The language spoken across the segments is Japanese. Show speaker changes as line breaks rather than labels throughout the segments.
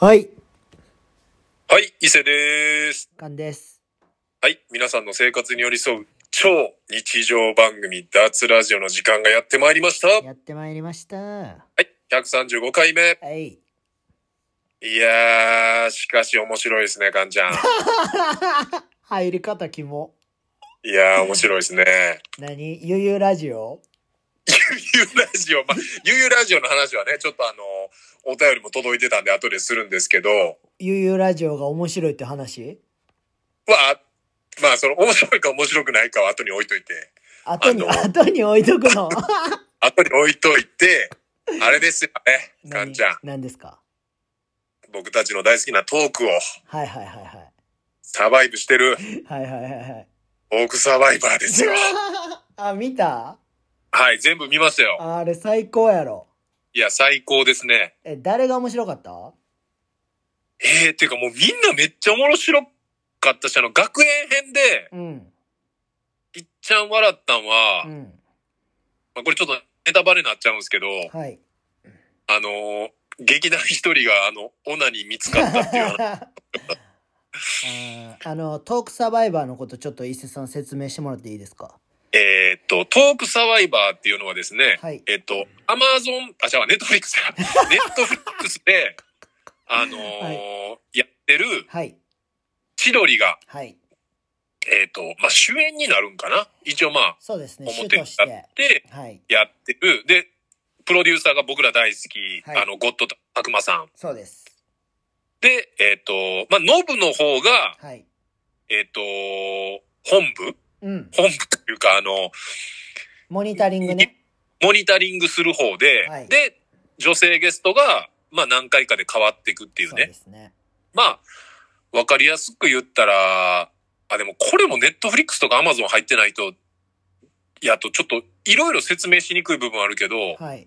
はい、
はい、伊勢です。
カンです。
はい、皆さんの生活に寄り添う超日常番組脱ラジオの時間がやってまいりました。はい、
やってまいりました。は
135回目。
い。
いやー、しかし面白いですね、かんちゃん。
入り方キモ。
いやー、面白いですね。
何ゆゆラジオ
ゆうラジオ、まあ、ゆうゆうラジオの話はね、ちょっとあの、お便りも届いてたんで後でするんですけど、
ゆゆラジオが面白いって話
まあ、まあ、その、面白いか面白くないかは後に置いといて、
後に、
あの
後に置いとく の。
後に置いといて、あれですよね、かんちゃん。
何ですか
僕たちの大好きなトークを
はいはいはいはい。
サバイブしてる
はいはいはいはい。
トークサバイバーです よ。
あ、見た
はい、全部見ましたよ。
あれ最高やろ。
いや、最高ですね。
え、誰が面白かった
えー、っていうかもうみんなめっちゃ面白かったし、あの、学園編で、
うん。
いっちゃん笑ったんは、
うん。
まあ、これちょっとネタバレになっちゃうんですけど、
はい。
あのー劇団一人があの、オナに見つかったっ ていう話。
あーあの、トークサバイバーのことちょっと伊勢さん説明してもらっていいですか
えーっと、トークサバイバーっていうのはですね、
はい
えーっと、アマゾン、あ、じゃあネットフリックスや。ネットフリックスで、あのー
は
やってる
はい。
千鳥が、
はい。
えーっと、まあ、主演になるんかな一応まあ、
そうですね。主
表
と
に
し。
立ってて
はい。
やってる。で、プロデューサーが僕ら大好き、
はい
あの、ゴッドたくまさん。
そうです。
で、えっ、と、まあ、ノブの方が、
はい。
えっ、と、本部
うん。
本部というか、あの、
モニタリングね。
モニタリングする方で、
はい
で、女性ゲストが、まあ、何回かで変わっていくっていう
そうで
ね。
すね。
まあ、わかりやすく言ったら、あ、でもこれもネットフリックスとかアマゾン入ってないと、いや、あとちょっと、いろいろ説明しにくい部分あるけど、
はい。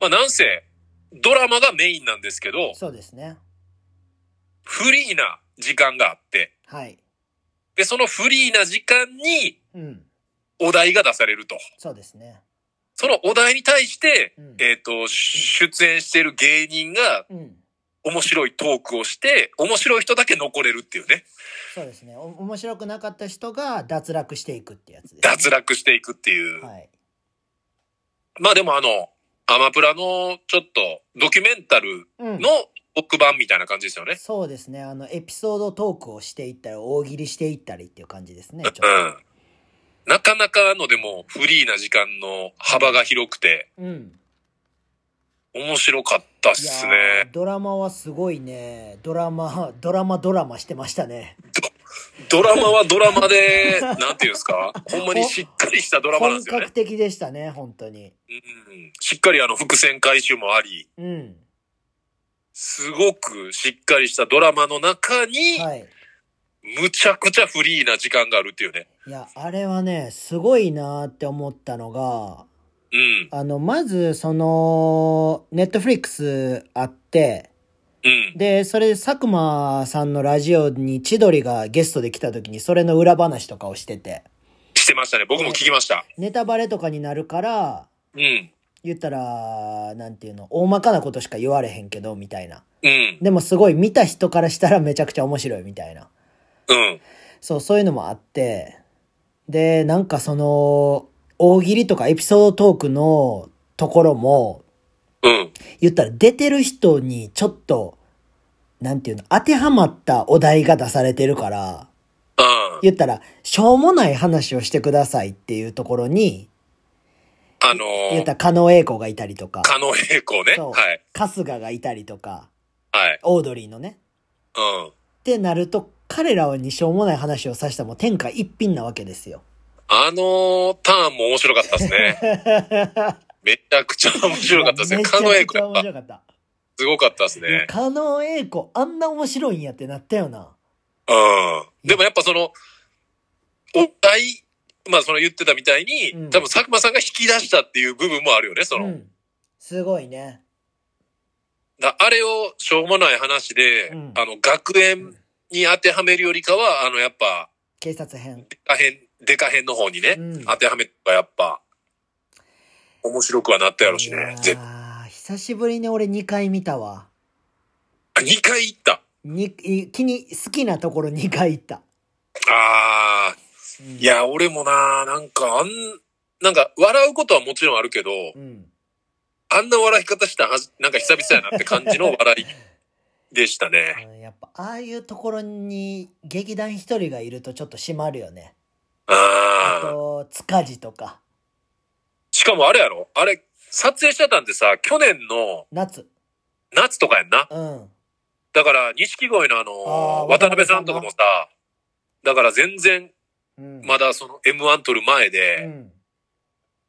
まあ、なんせ、ドラマがメインなんですけど、
そうですね。
フリーな時間があって、
はい。
で、そのフリーな時間に
うん。
お題が出されると。
そうですね。
そのお題に対して、
うん。
えっ、と、出演している芸人が
うん。
面白いトークをして、面白い人だけ残れるっていうね、
そうですね。お面白くなかった人が脱落していくってやつです、ね。
脱落していくっていう。
はい。
まあでもあの、アマプラのちょっとドキュメンタル
うん。
の特番みたいな感じですよね。
そうですね。あの、エピソードトークをしていったり、大喜利していったりっていう感じですね。ち
う
ょっ
ん。なかなかあのでもフリーな時間の幅が広くて、
と。うん。
面白かったっ
いや
す
ー
ね。
ドラマはすごいね。ドラマ、ドラマドラマしてましたね。
ドラマはドラマで、なんていうんで すか、ほんまにしっかりしたドラマなん
本
ですよね
格。的でしたね、本当に。
うん、しっかりあの伏線回収もあり、
うん。
すごくしっかりしたドラマの中に、
はい。
むちゃくちゃフリーな時間があるっていうね。
いや、あれはね、すごいなーって思ったのが、
うん、
あの、まず、その、ネットフリックスあって、
うん、
で、それで佐久間さんのラジオに千鳥がゲストで来た時に、それの裏話とかをしてて、
してましたね。僕も聞きました。
ネタバレとかになるから、
うん、
言ったら、なんていうの、大まかなことしか言われへんけど、みたいな。
うん、
でもすごい見た人からしたらめちゃくちゃ面白いみたいな。
うん、
そう、そういうのもあって、で、なんかその、大喜利とかエピソードトークのところも、
うん。
言ったら出てる人にちょっと、なんていうの、当てはまったお題が出されてるから、
あ
言ったら、しょうもない話をしてくださいっていうところに、
あの
言っ
ー
たら、狩野英孝がいたりとか、
狩野英孝ね。
そう
はい。
春日がいたりとか、
はい。
オードリーのね。
うん。
ってなると、彼らにしょうもない話をさせたらもう天下一品なわけですよ。
あのーターンも面白かったで すね。めちゃくちゃ面白かったですね。
めちゃ
狩野英
くち
孝
ゃ
やっ
面
ぱ
白かった。
すごかったです
いや
ね。
狩野英孝あんな面白いんやってなったよな
うん。でもやっぱその、お題、まあその言ってたみたいに、
うん
多分佐久間さんが引き出したっていう部分もあるよね、その。
うんすごいね
だあれをしょうもない話で、
うん
あの、学園に当てはめるよりかは、あの、やっぱ、
警察編
デカ編、デカ編の方にね、
うん
当てはめたらやっぱ、面白くはなったやろし
いやー。
ね絶対。
久しぶりに俺2回見たわ
2回行った。
に、い気に、好きなところ2回行った。
ああ、
うん
い。や、俺もな、なんか、あん、なんか、笑うことはもちろんあるけど、
うん。
あんな笑い方したはず、なんか久々やなって感じの笑いでしたね。
うんやっぱ、ああいうところに劇団一人がいるとちょっと締まるよね。あ
ああ。
と、塚地とか、
しかもあれやろあれ、撮影してたんでさ、去年の
夏。
夏とかやんな。
うん。
だから、錦鯉のあ
あ
の
ー
渡辺さんとかもさ、だから全然、
うん。
まだその M1 撮る前で、
うん。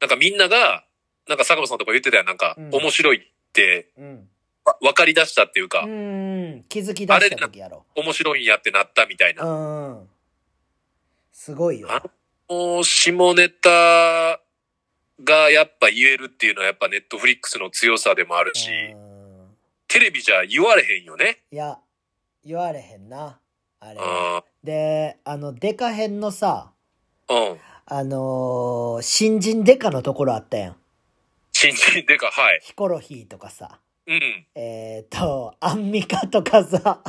なんかみんなが、なんか坂本さんとか言ってたやん、なんか、
うん
面白いって、
うん。
わ分かり出したっていうか、
うん。気づき出した時やろ。
面白いんやってなったみたいな。
うん。すごいよ。
あもう、下ネタがやっぱ言えるっていうのはやっぱネットフリックスの強さでもあるし、
うん
テレビじゃ言われへんよね。
いや、言われへんな。あれ。
あ
で、あの、デカ編のさ、
ーうん。
あのー新人デカのところあったやん。
新人でか、はい。
ヒコロヒーとかさ、
うん。
えっ、ー、と、アンミカとかさ、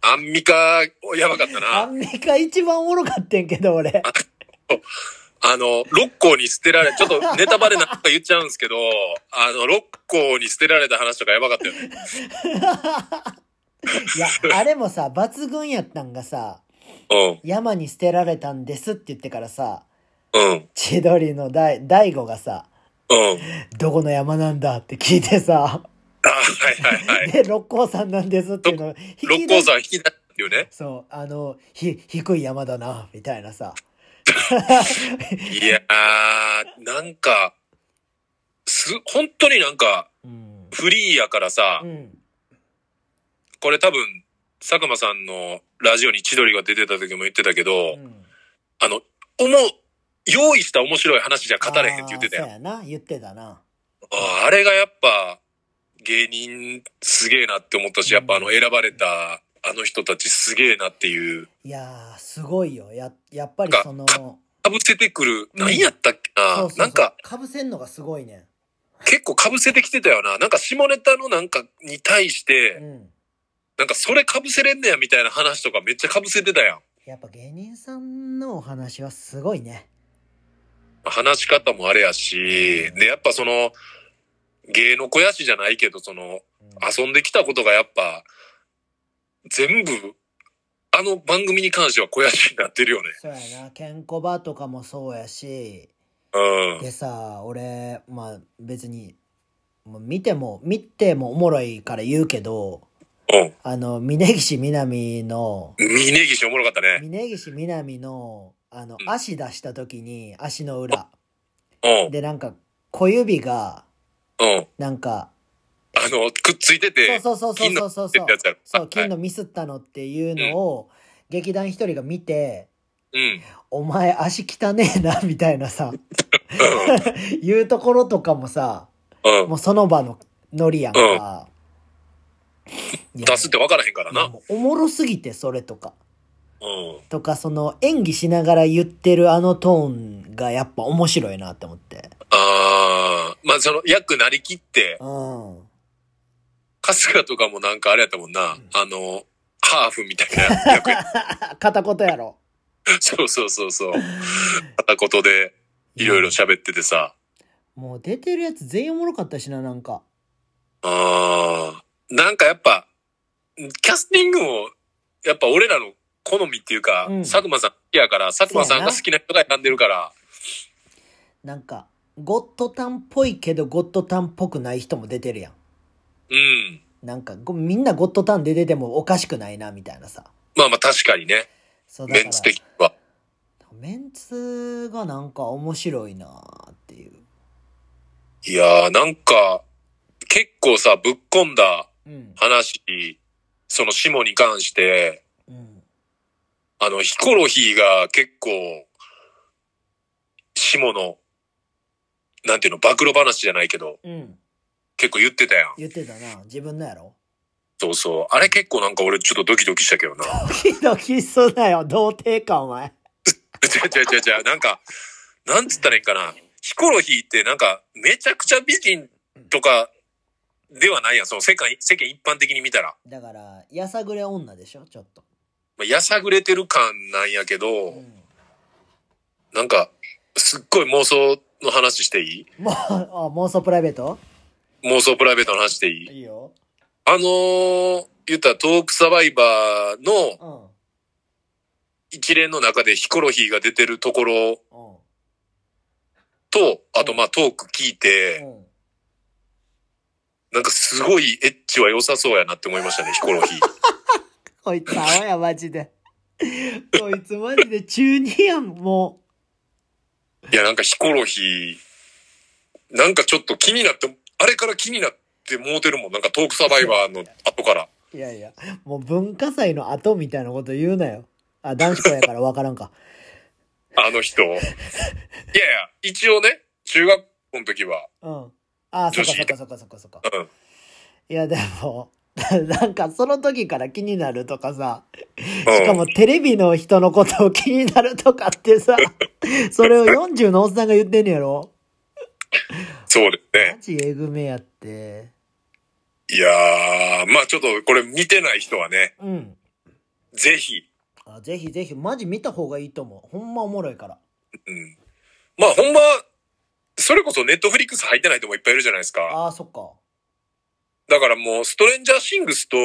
アンミカ、やばかった
ア
な。
ンミカ一番おもろかってんけど、俺。
あの、六甲に捨てられ、ちょっとネタバレなんか言っちゃうんですけど、あの、六甲に捨てられた話とかやばかったよね。
いや、あれもさ、抜群やったんがさ、
う
山に捨てられたんですって言ってからさ、
ん、うん、
千鳥の大、大悟がさ、
うん。
どこの山なんだって聞いてさ、
あはいはいはい。
で、六甲山なんですっていうのを
六
引き
甲
出し
山引き出したっていうね。
そう、あの、ひ、低い山だな、みたいなさ。
いやー、なんか、す、本当になんか、
うん。
フリーやからさ
う、ん。
これ多分、佐久間さんのラジオに千鳥が出てた時も言ってたけど、
うん
あの、思う、用意した面白い話じゃ語れへんって言ってたやん
あー。そうやな、言ってたな。
あーあれがやっぱ芸人すげえなって思ったし、やっぱあの選ばれたあの人たちすげえなっていう、
いやー、すごいよ。や、やっぱり
なんか
その、
かぶせてくる、
うん
何やったっけな、
そうそうそう
なんか、
被せんのがすごいね。
結構かぶせてきてたよな。なんか下ネタのなんかに対し
う
て、
ん。
なんかそれかぶせれんねやみたいな話とかめっちゃかぶせてたやん。
やっぱ芸人さんのお話はすごいね。
話し方もあれやし、で、やっぱその、芸の肥やしじゃないけど、その、
うん
遊んできたことがやっぱ、全部、あの番組に関しては肥やしになってるよね。
そうやな、ケンコバとかもそうやし、
うん。
でさ、俺、まあ別に、もう見ても、見てもおもろいから言うけど、
うん。
あの、峯岸みなみの、
峯岸おもろかった ね。
峯岸みなみの、あの
う、ん
足出した時に、足の裏。
うん。
で、なんか、小指が、
うん。
なんか、
あの、くっついてて、
そうそうそうそうそう
って
そう
や。つやろ。
そう、
あ
金のミスったのっていうのを、劇団一人が見て、
はいうん。
お前足汚ねえな、みたいな さ、いうところとかもさ、
うん。うん
もうその場のノリやんか。いや
出すって分からへんから
いや
な。
もうおもろすぎて、それとか。
うん。
とか、その演技しながら言ってるあのトーンがやっぱ面白いなって思って。
ああまあその、役なりきって、
うん。
春日とかもなんかあれやったもんな。あの、ハーフみたいな役や。
片言やろ。
そうそうそうそう。片言で、いろいろ喋っててさ。
もう出てるやつ全員おもろかったしな、なんか。
ああなんかやっぱ、キャスティングも、やっぱ俺らの好みっていうか、
うん
佐久間さん好きやから、佐久間さんが好きな人が選んでるから、
なんか、ゴッドタンっぽいけど、ゴッドタンっぽくない人も出てるや
うん。
ん。なんか、ごみんなゴッドタンで出てもおかしくないな、みたいなさ。
まあまあ確かにね、
そうだか
メ
ら
ンツ的には。
メンツがなんか面白いなっていう。
いやーなんか、結構さ、ぶっ込んだ
うん。
話、その下に関して、
うん。
あの、ヒコロヒーが結構、下の、なんていうの、暴露話じゃないけど、
うん。
結構言ってたやん。
言ってたな。自分のやろ。
そうそう。あれ結構なんか俺ちょっとドキドキしたけどな。
ドキドキすなよ、童貞か、お前。
違う違う違う違う。なんか、なんつったらいいんかな。ヒコロヒーってなんか、めちゃくちゃ美人とかではないやん。その世界、世間一般的に見たら。
だから、やさぐれ女でしょちょっと。
まあ、やさぐれてる感なんやけど、
うん。
なんか、すっごい妄想の話していい
もう、あ、妄想プライベート
妄想プライベートの話していい
いいよ。
あのー、言ったらトークサバイバーの
うん。うん。
一連の中でヒコロヒーが出てるところと、あとまあトーク聞いて、
うん。
なんかすごいエッチは良さそうやなって思いましたね、ヒコロヒー。
こいつ、青や、マジで。こいつ、マジで中二やん、も
いや、なんかヒコロヒー、なんかちょっと気になって、あれから気になってもうてるもん。なんかトークサバイバーの後から。
う。いやいや、もう文化祭の後みたいなこと言うなよ。あ、男子校やからわからんか。
あの 人。いやいや、一応ね、中学校の時は、
うん。あ、そっ
女
か
子
そっかそっかそっかそっか。
うん。
いや、でも、 なんかその時から気になるとかさ、
うん、
しかもテレビの人のことを気になるとかって さ、それを40のおっさんが言ってんねやろ
そうですね
マ。ジえぐめやって。
いやー、まあちょっとこれ見てない人はね、
うん。
ぜひ、
あぜひぜひ、マジ見た方がいいと思う。ほんまおもろいから。
うん。まあほんま、それこそネットフリックス入ってない人もいっぱいいるじゃないですか。
ああ、そっか。
だからもう、ストレンジャーシングスと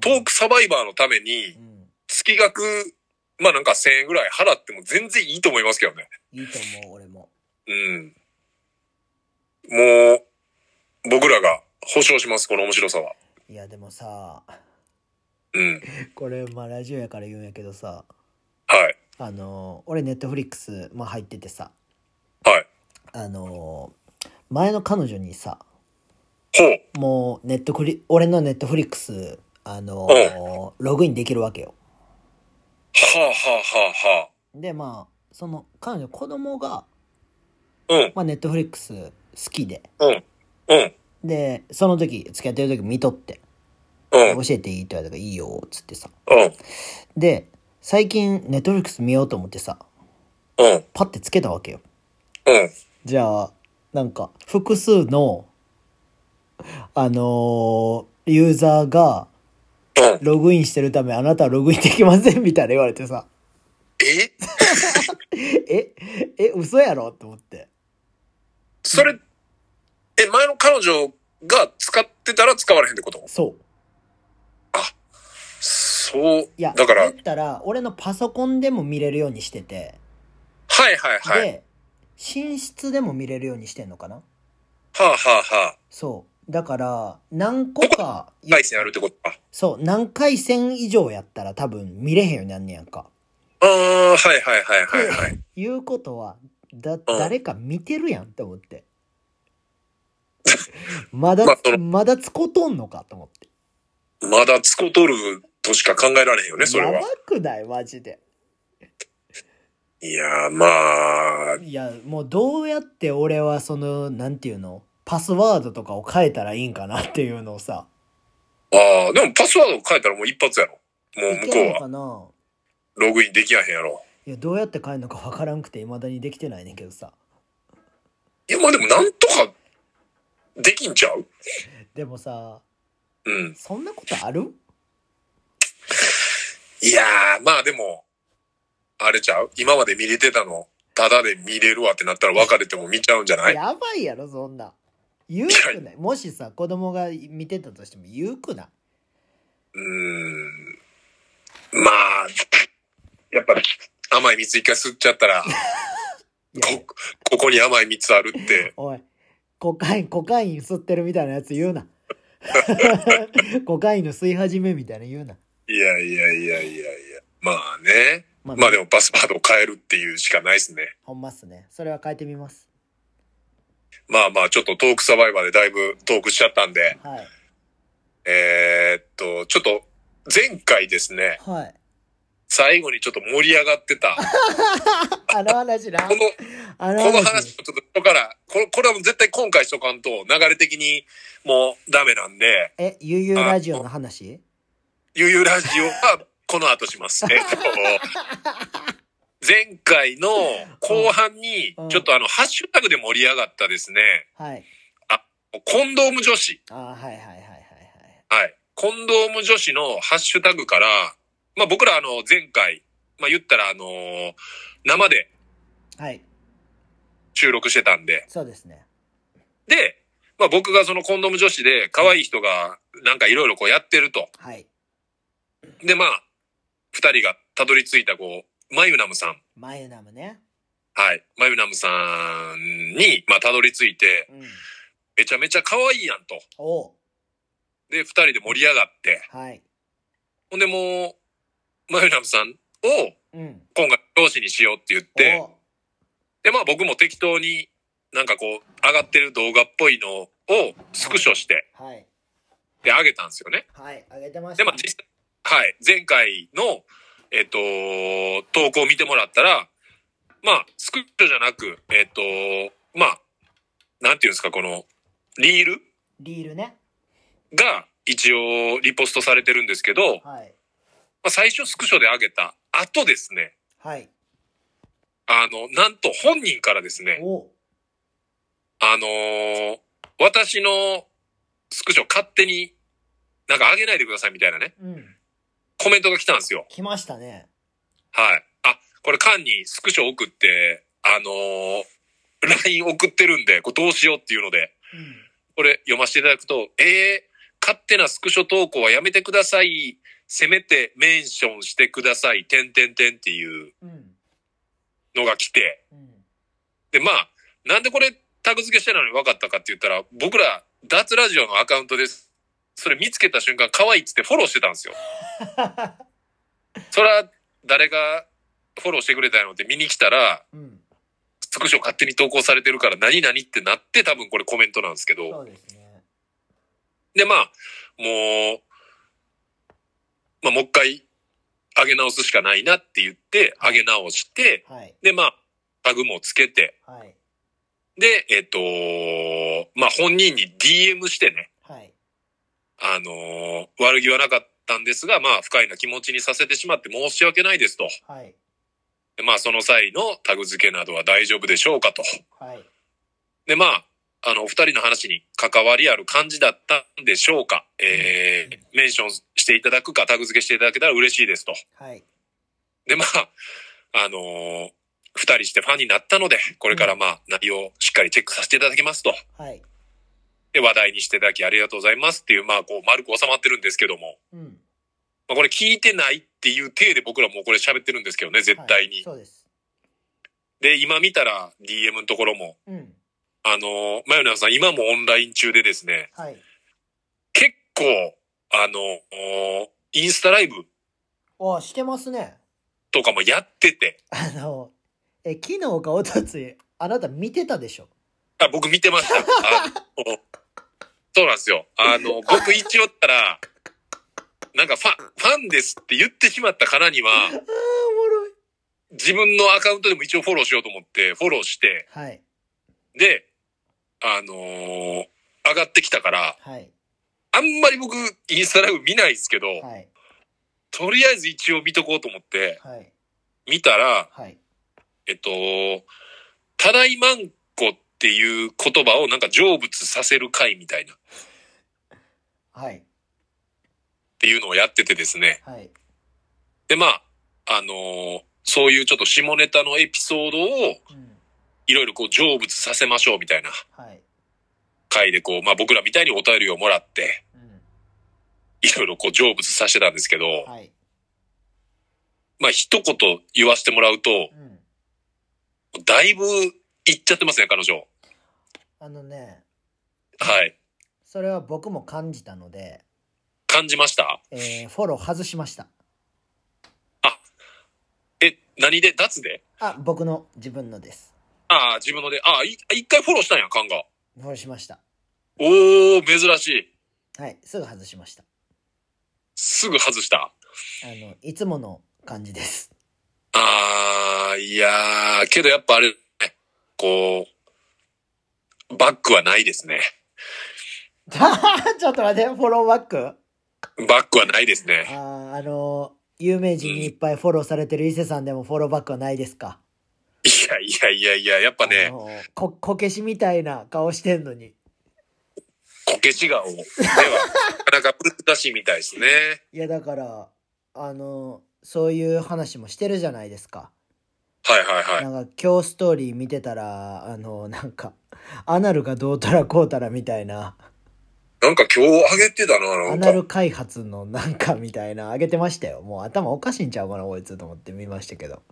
トークサバイバーのために
う、ん。
月額、まあなんか1000円ぐらい払っても全然いいと思いますけどね。
いいと思う、俺も。
うん。もう、僕らが保証します、この面白さは。
いや、でもさ、
うん。
これ、まあ、ラジオやから言うんやけどさ、
はい。
あの、俺、ネットフリックス、まあ、入っててさ、
はい。
あの、前の彼女にさ、
ほう。
もう、ネットフリ、俺のネットフリックス、あの、ログインできるわけよ。
はあはあは
で、まあ、その、彼女、子供が、
あはあ。
まあ、ネットフリックス好きで、
うん。うん。うん。
で、その時、付き合ってる時見とって、
うん。
教えていいって言われたから、いいよ、つってさ。
うん。
で、最近、ネットフリックス見ようと思ってさ、
うん。
パッてつけたわけよ。
うん。
じゃあ、なんか、複数の、あのーユーザーが、
うん。
ログインしてるため、あなたはログインできません、みたいな言われてさ、
え
え、え、嘘やろって思って。
それ、え、前の彼女が使ってたら使われへんってこと
そう。
そう
いや、。
だから、は
言
い
ったら、俺のパソコンでも見れるようにしてて、
はいはい。
で、寝室でも見れるようにしてんのかな
はあはあはあ。
そう。だから、何個か、
回線あるってことか。
そう、何回戦以上やったら多分見れへんようになんねやんか。
ああ、はいはいはいはいはい。
いうことは、だ、誰か見てるやんって思って。 まだ
まあそ、の
まだつことんのかと思って。
まだつこ取るとしか考えられへんよね、それ
やば
は。
くないマジで。
いやー、まあ、
いや、もうどうやって俺はその、なんていうのパスワードとかを変えたらいいんかなっていうのをさ。
ああ、でもパスワード変えたらもう一発やろ。もう
い
向
け
こ
んの
うは
かな
ログインできやへんやろ。
いや、どうやって変えるのかわからんくて、未だにできてないねんけどさ。
いや、まあでもなんとかできんちゃう
でもさ、
うん。
そんなことある
いやー、まあでも、あれちゃう今まで見れてたの、ただで見れるわってなったら別れても見ちゃうんじゃない
やばいやろ、そんな。言うくない。もしさ、子供が見てたとしても言うくな
うーん。まあ、やっぱ甘い蜜一回吸っちゃったら、
い。いやいや
こ、ここに甘い蜜あるって。
おい、コカイン、コカイン吸ってるみたいなやつ言う な。コカインの吸い始めみたいな言うな。
いやいやいやいやいや。まあね。
ま
まあでもパスワードを変えるっていうしかないですね。
ほんまっすね。それは変えてみます。
まあまあちょっとトークサバイバーでだいぶトークしちゃったんで、
はい。
えーっと、ちょっと前回ですね、
はい。
最後にちょっと盛り上がってた、
あの話 な。
この、
あの
この話をちょっと後から、これ、これはもう絶対今回しとかんと流れ的にもうダメなんで、
え、ゆうゆうラジオの話
ゆうゆうラジオはこの後します。 えっと、前回の後半に
うん、
ちょっとあの、ハッシュタグで盛り上がったですね、
はい。
あコンドーム女子。
ああ、はいはいはいはい
はい。コンドーム女子のハッシュタグから、まあ僕らあの前回、まあ言ったらあのー生で
はい。はい。
収録してたんで、
そうですね。
で、まあ僕がそのコンドーム女子で可愛い人がなんかいろいろこうやってると。
はい。
でまあ、二人がたどり着いたこう、マユナムさん。
マユナムね。
はい。マユナムさんに、まあたどり着いて、
うん。
めちゃめちゃ可愛いやんと。
おう。
で、二人で盛り上がって、
はい。
ほんでもう、マユナムさんを
うん。
今回教師にしようって言って、
おう
で、まあ僕も適当になんかこう、上がってる動画っぽいのをスクショして、
はい。
で、上げたんですよね。
はい。あげてまし
で、
た。
まあ実際、はい、前回の、えっ、と、投稿を見てもらったら、まあ、スクショじゃなく、えっ、と、まあ、なんていうんですか、この、リール
リールね。
が一応リポストされてるんですけど、ま
はい。
あ、最初スクショで上げた後ですね、
はい。
あの、なんと本人からですね、
おう。
あのー私のスクショ勝手になんかあげないでくださいみたいなね、
うん。
コメントが来たんですよ。
来ましたね。
はい。あ、これ缶にスクショ送って、あのー LINE 送ってるんで、これどうしようっていうので、
うん。
これ読ませていただくと、えー、勝手なスクショ投稿はやめてください。せめてメンションしてください。てんてんてんっていう
うん。
のが来て、
うん。
で、まあ、なんでこれタグ付けしてたのに分かったかって言ったら、僕ら、脱ラジオのアカウントです。それ見つけた瞬間、可愛いっつってフォローしてたんですよ。それは、誰がフォローしてくれたのって見に来たら、
うん。
スクショ勝手に投稿されてるから何々ってなって多分これコメントなんですけど。
そうですね。
で、まあ、もう、まあもう一回上げ直すしかないなって言って、上げ直して、
はい。
で、まあ、タグもつけて、
はい。
で、えっ、と、まあ本人に DM してね、
はい。
あのー悪気はなかったんですが、まあ不快な気持ちにさせてしまって申し訳ないですと。
はい。
でまあその際のタグ付けなどは大丈夫でしょうかと。
はい。
で、まあ、あの、お二人の話に関わりある感じだったんでしょうか。えーメンションしていただくか、タグ付けしていただけたら嬉しいですと。
はい。
で、まあ、あのー二人してファンになったので、これからまあ、内容をしっかりチェックさせていただきますと。
はい。
で、話題にしていただきありがとうございますっていう、まあ、こう、丸く収まってるんですけども。
うん。
まあ、これ聞いてないっていう体で僕らもうこれ喋ってるんですけどね、絶対に。
はいそうです。
で、今見たら DM のところも、
うん。
あのー、マヨナさん今もオンライン中でですね、
はい。
結構、あの、おインスタライブ
あ、してますね。
とかもやってて、
あの、え、昨日かおとつい、あなた見てたでしょ
あ僕見てました。あのそうなんですよ。あの、僕一応ったら、なんかファン、ファンですって言ってしまったからには、
ああ、おもろい。
自分のアカウントでも一応フォローしようと思って、フォローして、
はい。
で、あのー上がってきたから、
はい。
あんまり僕、インスタライブ見ないですけど、
はい。
とりあえず一応見とこうと思って、
はい。
見たら、
はい。
えっと、ただいまんこっていう言葉をなんか成仏させる会みたいなっ
はい。
ていうのをやっててですね。
はい。
で、まあ、あのーそういうちょっと下ネタのエピソードを
うん。
いろいろこう成仏させましょうみたいな
はい。
会でこう、まあ僕らみたいにお便りをもらって、
うん。
いろいろこう成仏させてたんですけど、
はい。
まあ一言言わせてもらうと
う、ん。
だいぶいっちゃってますね、彼女。
あのね、
はい。
それは僕も感じたので、
感じました
えー、フォロー外しました。
え、何で脱で
あ、僕の自分のです。
ああ、自分ので、ああ、い一回フォローしたんや、カンが。
フォローしました。
おー、珍しい。
はい。すぐ外しました。
すぐ外した。
あの、いつもの感じです。
あー、いやー、けどやっぱあれ、ね、こう、バックはないですね。
ちょっと待って、フォローバックあ
バックはないですね。
ーあの、有名人にいっぱいフォローされてる伊勢さんでもフォローバックはないですか
いやいやいやいや、やっぱ
あ
ね、
のこ、こけしみたいな顔してんのに。
こけし顔では、なかなか難しいみたいですね。
いやだからあのそういう話もしてるじゃないですか。
はいはいはい。
なんか今日ストーリー見てたらあのなんかアナルがどうたらこうたらみたいな
なんか今日あげてたな、な
ア
ん
ナ
か。
ル開発のなんかみたいなあげてましたよもう頭おかしいんちゃうかなこいつと思って見ましたけど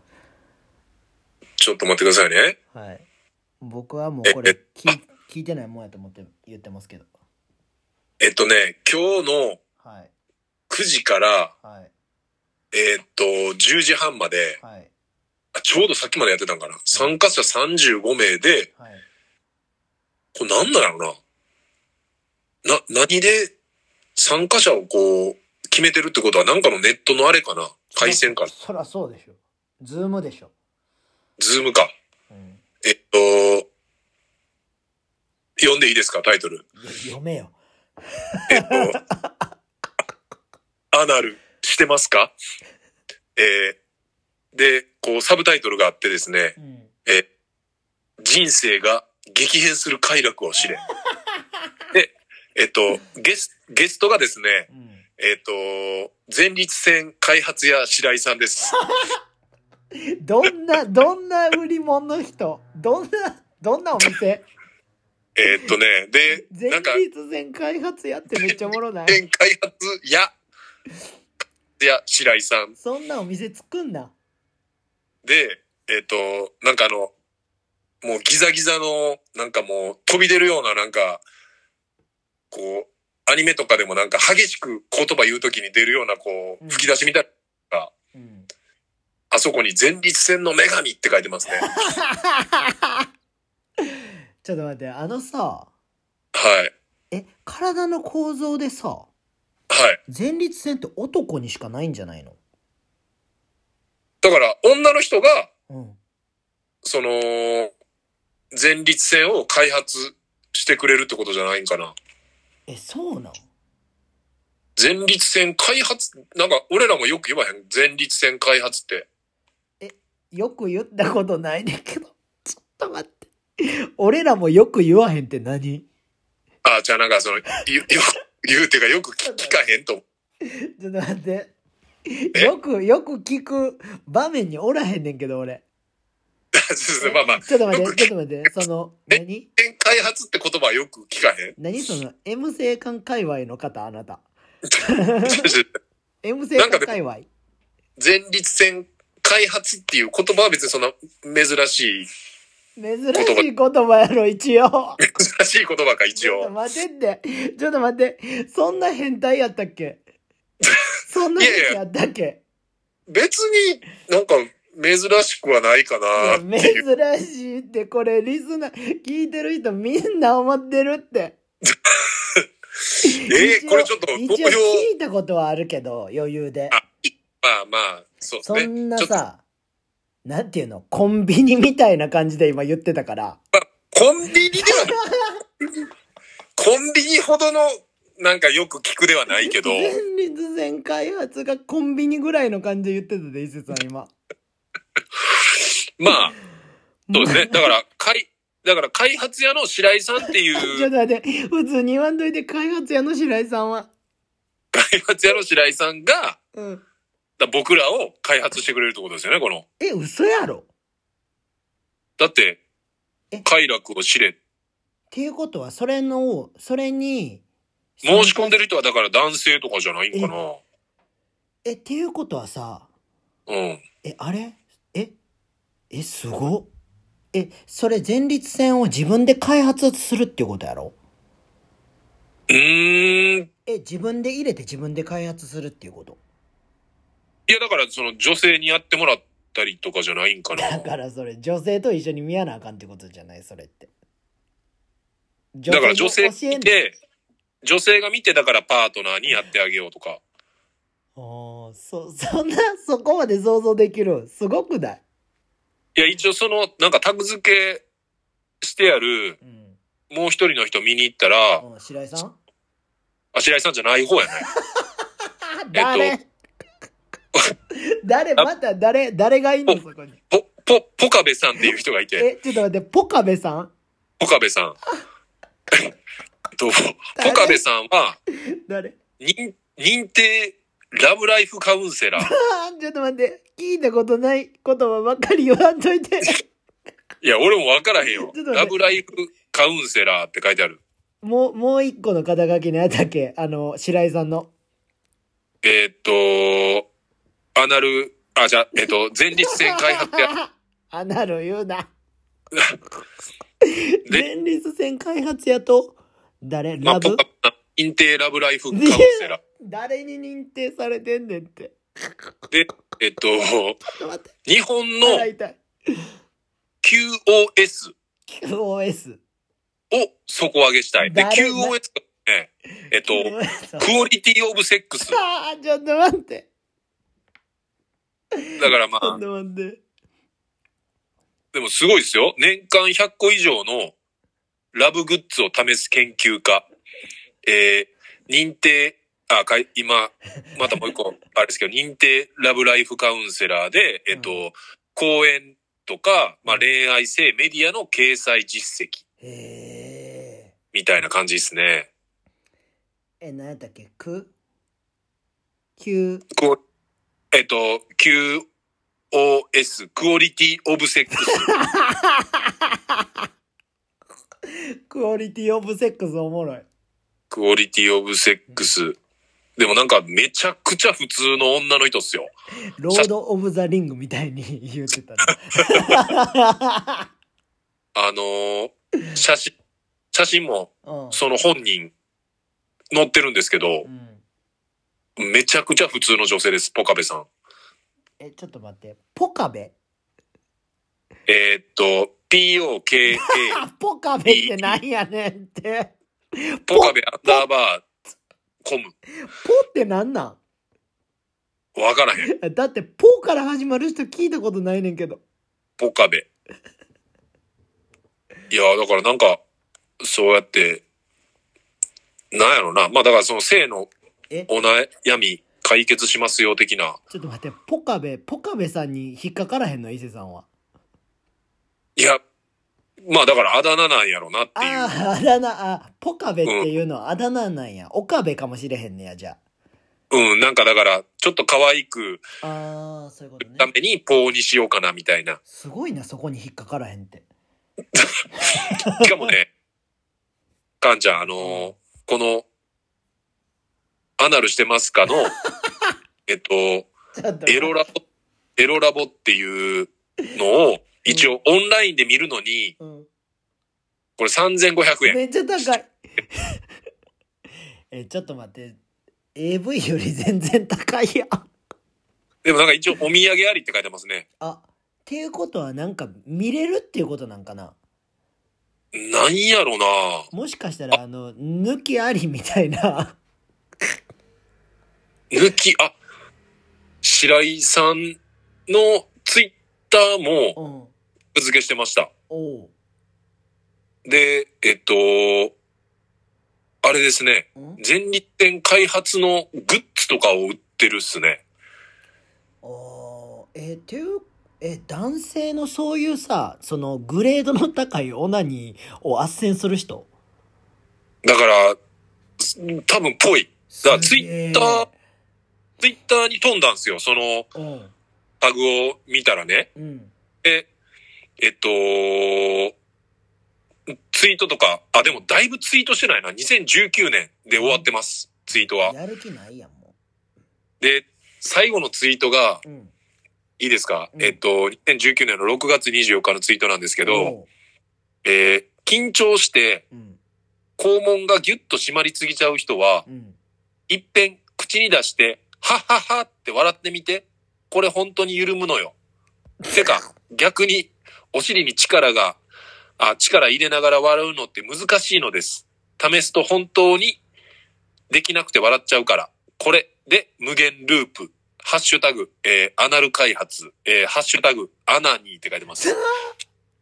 ちょっと待ってくださいね。
はい僕はもうこれ聞い聞いてないもんやと思って言ってますけど
えっとね、今日の
はい
9時から、
はい
えーっと、10時半まで、
はい
あちょうどさっきまでやってたんかな。参加者35名で、
はい
これなんなんやろな。な、何で参加者をこう、決めてるってことはなんかのネットのあれかな。回線か。
そらそうでしょズームでしょ、
ズームか。
うん、
えっと、読んでいいですか、タイトル。
いや読めよ
えっと、 アナルしてますかえーで、こう、サブタイトルがあってですね、
うん
え、人生が激変する快楽を知れ。で、えっと、ゲスゲストがですね、
うん
えっと、前立腺開発屋白井さ んです。
どんなどんな売り物の人どんなどんなお店
えっとね、で、
前
なんか、
立腺開発やってめっちゃおもろない
前開発屋、や白井さん
そんなお店作んな
で、えっ、と、なんかあの、もうギザギザの、なんかもう飛び出るようななんか、こう、アニメとかでもなんか激しく言葉言うときに出るようなこ
うん
う、吹き出しみたいな、が
うん
あそこに前立腺の女神って書いてますね。
ちょっと待ってあのさ
はい。
え体の構造でさ
はい。
前立腺って男にしかないんじゃないの
だから、女の人が、
うん
その、前立腺を開発してくれるってことじゃないんかな。
えそうなん
前立腺開発、なんか俺らもよく言わへん。前立腺開発って。
よく言ったことないねんけどちょっと待って俺らもよく言わへんって何
あじゃあなんかその、ゆよく言うてかよく聞聞かへんと思う。
ちょっと待ってよくよく聞く場面におらへんねんけど俺
そうそうまあまあ、
ちょっと待っ
よく聞
てちょっと待ってその何
開発って言葉はよく聞かへん。
何その M 性感界隈の方あなた M 性
なん
感
かで
界隈
前立腺開発っていう言葉は別にそんな珍しい、
珍しい言葉やろ一応
珍しい言葉か一
ちょっと
応。
待ってってちょっと待ってそんな変態やったっけそんな変態やったっけ
別になんか珍しくはないかなっていう。
珍しいってこれリスナー聞いてる人みんな思ってるって
えー、これちょっと
一
目
応
標、
聞いたことはあるけど余裕で
あまあまあ、そうです
そ
ね。
んな
ちょっと
さなんていうのコンビニみたいな感じで今言ってたから
コンビニでは ない、コンビニほどのなんかよく聞くではない けど、
前立腺開発がコンビニぐらいの感じで言ってたで伊勢さん今
まあ、そうですね。だから、かい、だから開発屋の白井さんっ
ちょ
てい
っ
う、
と待って、普通に言わんといて、開発屋の白井さんは。
開発屋の白井さんが、
うん。
だ僕らを開発してくれるってことですよね、この。
え、嘘やろっ
だって
え、
快楽を知れ。
ていうことは、それの、それに、
申し込んでる人はだから男性とかじゃないんかな。
え、っていうことはさ、
うん。
え、あれええ、すごっえ、それ前立腺を自分で開発するっていうことやろ
うーん。
え、自分で入れて自分で開発するっていうこと
いや、だからその女性にやってもらったりとかじゃないんかな。
だからそれ、女性と一緒に見やなあかんってことじゃないそれって。
だから女性
に教えんの
で、女性が見てだからパートナーにやってあげようとか。
ああ、そ、そんな、そこまで想像できる。すごくない
いや、一応その、なんかタグ付けしてある、
うん。
もう一人の人見に行ったら、
うん白井さん
あ、白井さんじゃない方やね。
誰、
えっ
誰
あ
また誰誰がいんの
お
そこに。
ぽ、ぽ、ポカベさんっていう人がいて、
え、ちょっと待って、ポカベさん
ポカベさん。と、ポカベさんは、
誰
認認定ラブライフカウンセラー。
あ ーちょっと待って。聞いたことない言葉ばっかり言わんとい て。
いや、俺もわからへんよ
ちょっと待っ。て
ラブライフカウンセラーって書いてある。
もう、もう一個の肩書きのやったっけあの、白井さんの。
えーっと、アナル、あ、じゃあ、えーっと、前立腺 開発や、
アナロ言うな。
で
前立腺開発やと、誰
まあ、
ラ
ポ
ブ
カ認定ラブライフカウンセラ
誰に認定されてんねんって。
ー。で、えーっと、
ちょっと待って。
日本の
腹痛い。
QOS
QOS。
を底上げしたい。で、
誰
QOS がね、えーっと、
QOS
クオリティオブセックス。
あーちょっと待って。
だからま
ちょ
あ
っ、と待って。
でもすごいですよ。年間100個以上のラブグッズを試す研究家。えー、認定、あ、かい今、またもう一個、あれですけ ど、認定ラブライフカウンセラーで、えっと、
うん
講演とか、まあ、恋愛性メディアの掲載実績
え
みたいな感じですね。
ー、え、何やったっけく ?Q。
こうえっと、QOS、クオリティオブセック ス。
クオリティオブセックスおもろい。
クオリティオブセックス。でもなんかめちゃくちゃ普通の女の人っすよ。
ロード・オブ・ザ・リングみたいに 言ってたな。
あのー写真、写真も
うん。
その本人載ってるんですけ
う、
ど
ん。
めちゃくちゃ普通の女性です、ポカベさん。
え、ちょっと待って。ポカベ
えーっと、POKA、
あ、ポカベってなんやねんって。
ポカベアンダーバー、コム。
ポってなんな
わからへん。
んだって、ポから始まる人聞いたことないねんけど。
ポカベ。いや、だからなんか、そうやって、なんやろな。まあだからその性の
え
お悩み解決しますよ的な。
ちょっと待って、ポカベ、ポカベさんに引っかからへんの、伊勢さんは。
いや、まあだからあだ名なんやろなっていう。
ああ、あだ名、あ、ポカベっていうのはあだ名なんや。岡部かもしれへんねや、じゃ
うん、なんかだから、ちょっと可愛く
あ。ああ、そういうことね
た。めにポーにしようかなみたいな。
すごいな、そこに引っかからへんって。
しかもね、カンちゃん、あのーこの、アナルしてますかの、えっと、
ちょっと
エロラボ、エロラボっていうのを、一応オンラインで見るのに、
うん、
これ3500円。
めっちゃ高い。 え、ちょっと待って。AV より全然高いやん。
でもなんか一応お土産ありって書いてますね。
あ、っていうことはなんか見れるっていうことなんかな
なんやろな
もしかしたらあの、抜きありみたいな。
抜き、あ、白井さんのツイッターも
うん。
付けしてました。
おう。
で、えっと、あれですね、
ん
前立腺開発のグッズとかを売ってるっすね。
おえーっていうえ男性のそういうさそのグレードの高いオナニーを斡旋する人
だから、す多分ぽい。だからツイッター、ツイッターに飛んだんですよ。その
ー
タグを見たらね。
うんうん
え、えっと、ツイートとか、あ、でもだいぶツイートしてないな。2019年で終わってます。ツイートは。
やる気ないやんも
で、最後のツイートが、
ううん
いいですか、
うん
えっと、2019年の6月24日のツイートなんですけど、
おう
えー緊張して
うん
肛門がギュッと締まりすぎちゃう人は、
うん
一遍口に出して、はっはっはって笑ってみて。これ本当に緩むのよ。てか、逆に、お尻に力が、あ、力入れながら笑うのって難しいのです。試すと本当にできなくて笑っちゃうから。これで無限ループ。ハッシュタグ、えーアナル開発、えーハッシュタグ、アナニーって書いてます。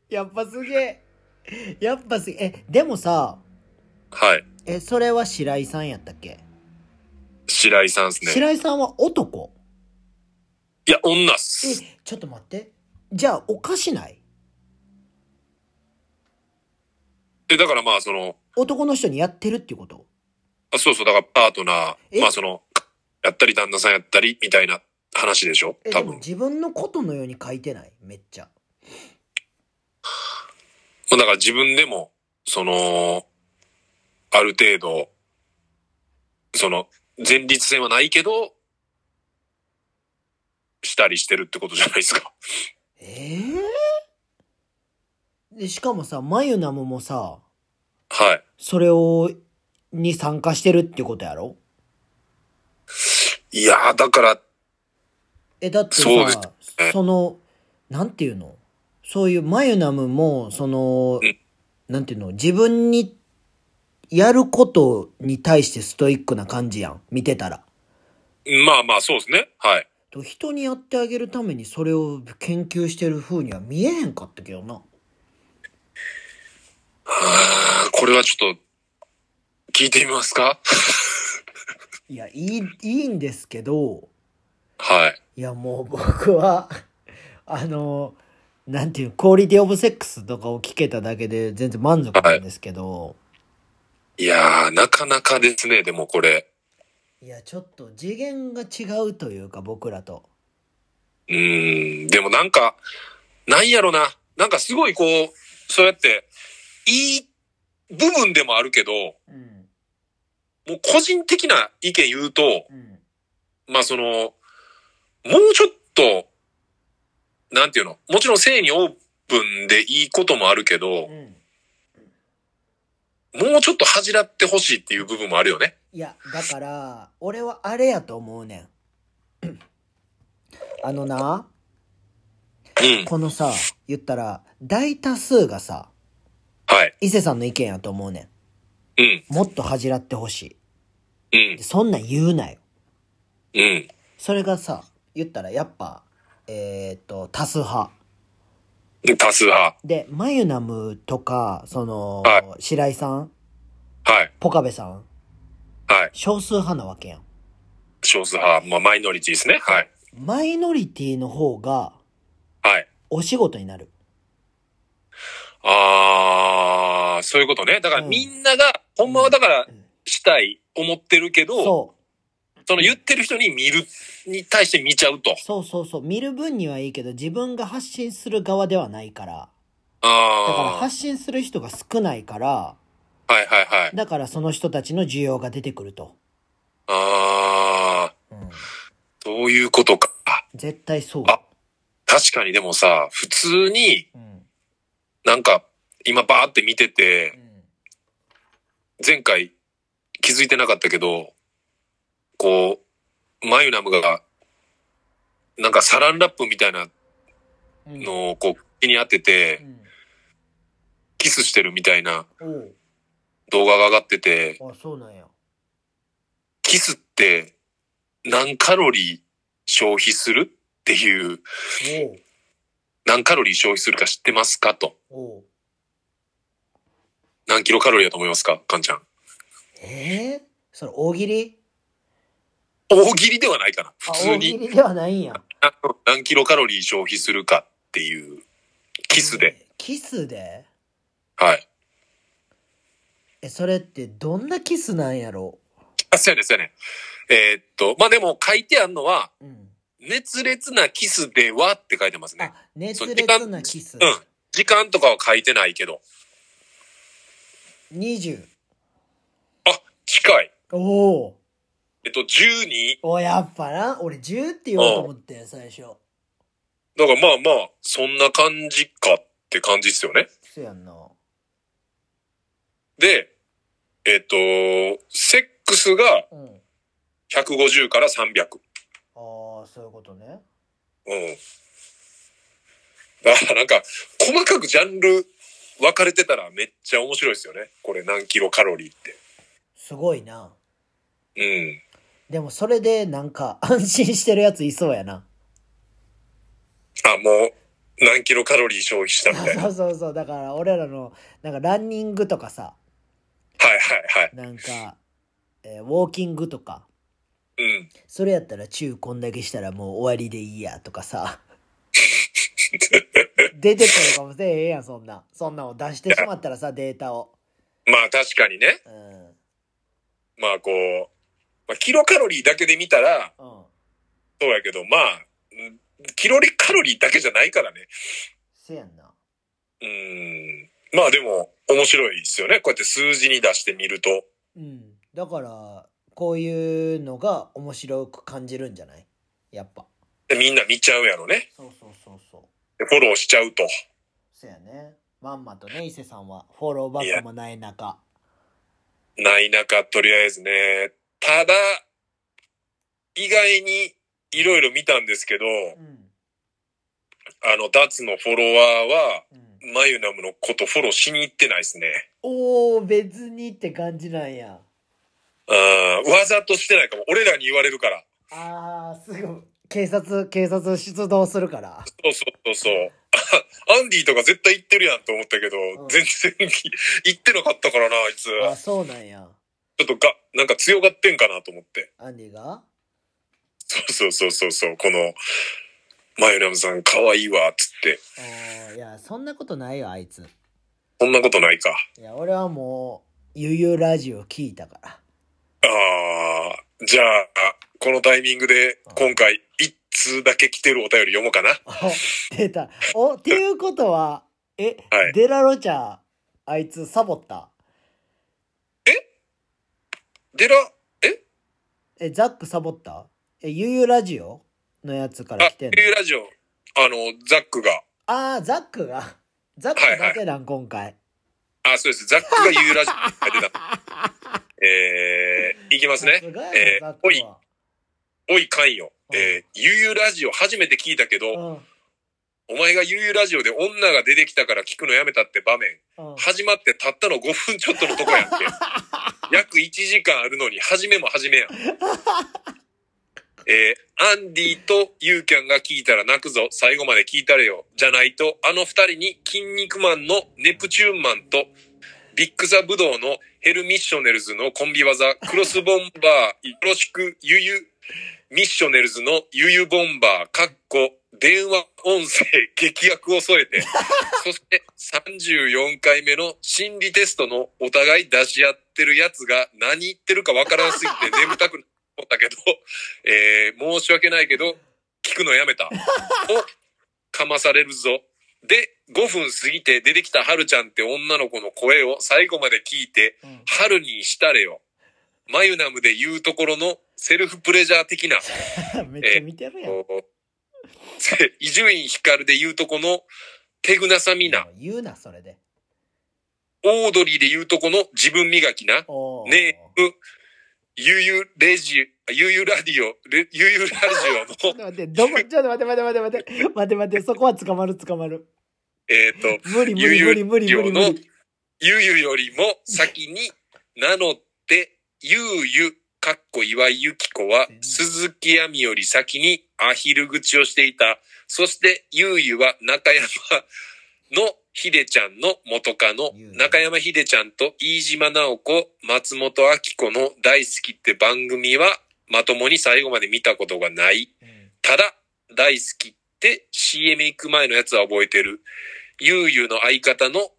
やっぱすげえやっぱすげええでもさ
はい。
えそれは白井さんやったっけ、
白井さんですね。
白井さんは男
いや、女っ
え
す。
ちょっと待ってじゃあおかしない
で、だからまあ、その、
男の人にやってるっていうこと
あそうそう、だからパートナ
え
ー、まあその、やったり旦那さんやったりみたいな話でしょ
え、で
多
も
分。
自分のことのように書いてないめっちゃ。
まあだから自分でも、その、ある程度、その、前立腺はないけど、したりしてるってことじゃないですか。
ええで、しかもさ、まゆなももさ、
はい。
それを、に参加してるってことやろ
いやー、だから、
え、だってさ、
そうですね
その、なんていうのそういうマユナムも、その
うん、
なんていうの自分に、やることに対してストイックな感じやん。見てたら。
まあまあ、そうですね。はい。
と人にやってあげるためにそれを研究してる風には見えへんかったけどな。
あーこれはちょっと、聞いてみますか
いや、いい、いいんですけど、
はい。
いや、もう僕は、 あの、なんていう、クオリティオブセックスとかを聞けただけで全然満足なんですけど、
いやー、なかなかですね、でもこれ。
いや、ちょっと次元が違うというか、僕らと。
うーん、でもなんか、なんやろな。なんかすごいこう、そうやって、いい部分でもあるけど、
うん、
もう個人的な意見言うと、
うん、
まあその、もうちょっと、なんていうの、もちろん性にオープンでいいこともあるけど、
うん。
もうちょっと恥じらってほしいっていう部分もあるよね。
いや、だから、俺はあれやと思うねん。 あのな、
うん。
このさ、言ったら、大多数がさ、
はい。
伊勢さんの意見やと思うね
うん。
ん。もっと恥じらってほし
う
い
ん
で。。そんなん言うなよ。
うん。
それがさ、言ったら、やっぱ、えー、っと、多数派。
多数派。
で、マユナムとか、その、
は
白井さん、
はい。
ポカベさん、
はい。
少数派なわけやん。
少数派。まあマイノリティですね。はい。
マイノリティの方が
はい。
お仕事になる。
ああ、そういうことね。だから
うん
みんなが、ほんまはだから
うん、
したい、思ってるけど、そ
そ
の言ってる人に見る、に対して見ちゃうと
う。。そうそうそう。見る分にはいいけど、自分が発信する側ではないから。だから
あ
発信する人が少ないから、
あ、はいはいはい。
だからその人たちの需要が出てくると。
あ
う
あ、
ん。
そういうことか。あ
絶対そう。
あ確かにでもさ、普通に
うん。
なんか、今バーって見てて
う、ん。
前回気づいてなかったけど、こう、マユナムが、なんかサランラップみたいな
うん。
のをこう、気に当てて、
うん。
キスしてるみたいな
お
動画が上がってて、
うあ、そうなんや。
キスって何カロリー消費するっていう、何カロリー消費するか知ってますかと。
おう。おう。
何キロカロリーだと思いますかかんちゃん。
ええそれ大喜利
大喜利ではないかな。普
あ、
通
大喜
に
利ではないんや。
あの何キロカロリー消費するかっていう、キスで。
え。キスで
はい。
え、それってどんなキスなんやろ
あ、そうやね、そうやね。えーっと、まあ、でも書いてあるのは、
うん。
熱烈なキスではって書いてますね
あ。、熱烈なキス。
うん。時間とかは書いてないけど。
20。
あ、近い。
おお。
えっと、12、
お、やっぱな。俺10って言おうと思ってん、最初。
だからまあまあ、そんな感じかって感じっすよね。
そうやんな。
で、えっ、と、セックスが
うん。あ
150から300。
あ、そういうことね。
うん。だからなんか、細かくジャンル分かれてたらめっちゃ面白いですよね。これ何キロカロリーって。
すごいな。
うん。
でもそれでなんか安心してるやついそうやな。
あ、もう、何キロカロリー消費したみたいな。はい
そうそうそう。だから俺らの、なんかランニングとかさ、
はいはい。
なんか、えーウォーキングとか、
うん。
それやったら中こんだけしたらもう終わりでいいやとかさ。出てくるかもせえへんやん、そんな。そんなんを出してしまったらさ、データを。
まあ確かにね。
うん。
まあこう、まあ、キロカロリーだけで見たら、
うん。
そうやけど、まあ、うんキロリカロリーだけじゃないからね。
せやんな。
うん。まあでも、面白いですよね。こうやって数字に出してみると。
うん。だから、こういうのが面白く感じるんじゃないやっぱ。
でみんな見ちゃうやろね。
そうそうそうそう。
でフォローしちゃうと。
せやね。まんまとね、伊勢さんはフォローバックもない中。
ない中、とりあえずね。ただ、意外にいろいろ見たんですけど、
うん。
あの、ダツのフォロワーは、
うん。
マユナムのことフォローしに行ってないですね。
おー、別にって感じなんや。
うん、わざとしてないかも。俺らに言われるから。
あー、すぐ、警察、警察出動するから。
そうそうそうそう。 あアンディとか絶対行ってるやんと思ったけど、
うん
全然 行ってなかったからな、あいつ。
あ、そうなんや。
ちょっとが、なんか強がってんかなと思って。
アンディが
そうそうそうそうそう、この、マユナムさん可愛いわ、つって。
おー、いや、そんなことないよ、あいつ。
そんなことないか。
いや、俺はもう、ゆゆラジオ聞いたから。
あー、じゃあ、このタイミングで今回、一通だけ来てるお便り読もうかな。
お、出た。お、っていうことは、え、
はい
デラロちゃん、あいつサボった。
デラ、
え、ザックサボったえ、ゆゆラジオのやつから
あ
来てん、の
いうラジオ、あの、ザックが、
あー、ザックが。ザックだけなん、今回。
あ、そうです。ザックが言うラジオに書いてた。 えー、いきますね
さ。すがや
えー
な、ザックは。
おい、関与。えー、ゆうゆうラジオ初めて聞いたけど、
うん
お前がゆうゆうラジオで女が出てきたから聞くのやめたって場面、
うん
始まってたったの5分ちょっとのと こやって。約1時間あるのに、始めも始 めやん。えー、アンディとユーキャンが聞いたら泣くぞ、最後まで聞いたれよ。じゃないと、あの二人に、筋肉マンのネプチューンマンと、ビッグザブドウのヘルミッショネルズのコンビ技、クロスボンバー、よろしく、ゆゆ、ミッショネルズのゆゆボンバー、かっこ、電話音声、劇薬を添えて、そして34回目の心理テストのお互い出し合ってるやつが何言ってるかわからんすぎて眠たくなったけど、えー、申し訳ないけど、聞くのやめた。を、かまされるぞ。で、5分過ぎて出てきた春ちゃんって女の子の声を最後まで聞いて、
うん
春にしたれよ。マユナムで言うところのセルフプレジャー的な、
めっちゃ見てるやん。
こう伊集院光で言うとこの手ぐなさみな、
言うな、それで。
オードリーで言うとこの自分磨きな、
おー
ネーム、ゆゆレジ、ゆゆラディオ、レゆゆラジ
ちょ
オ
っと
の、
待って、どこ、ちょっと待って待って待って待って。待って待って、そこは捕まる捕まる。
えっと、
無理無
ゆ
理
ゆ
無理無理無理無
の
理。、
ゆゆよりも先に名乗って、ゆうゆ、かっこ岩井ゆき子は、鈴木亜美より先にアヒル口をしていた。そして、ゆうゆは中山のひでちゃんの元カノ
ゆう、ゆ
中山ひでちゃんと飯島直子、松本明子の大好きって番組は、まともに最後まで見たことがない。
うん
ただ、大好きって CM 行く前のやつは覚えてる。ゆうゆうの相方の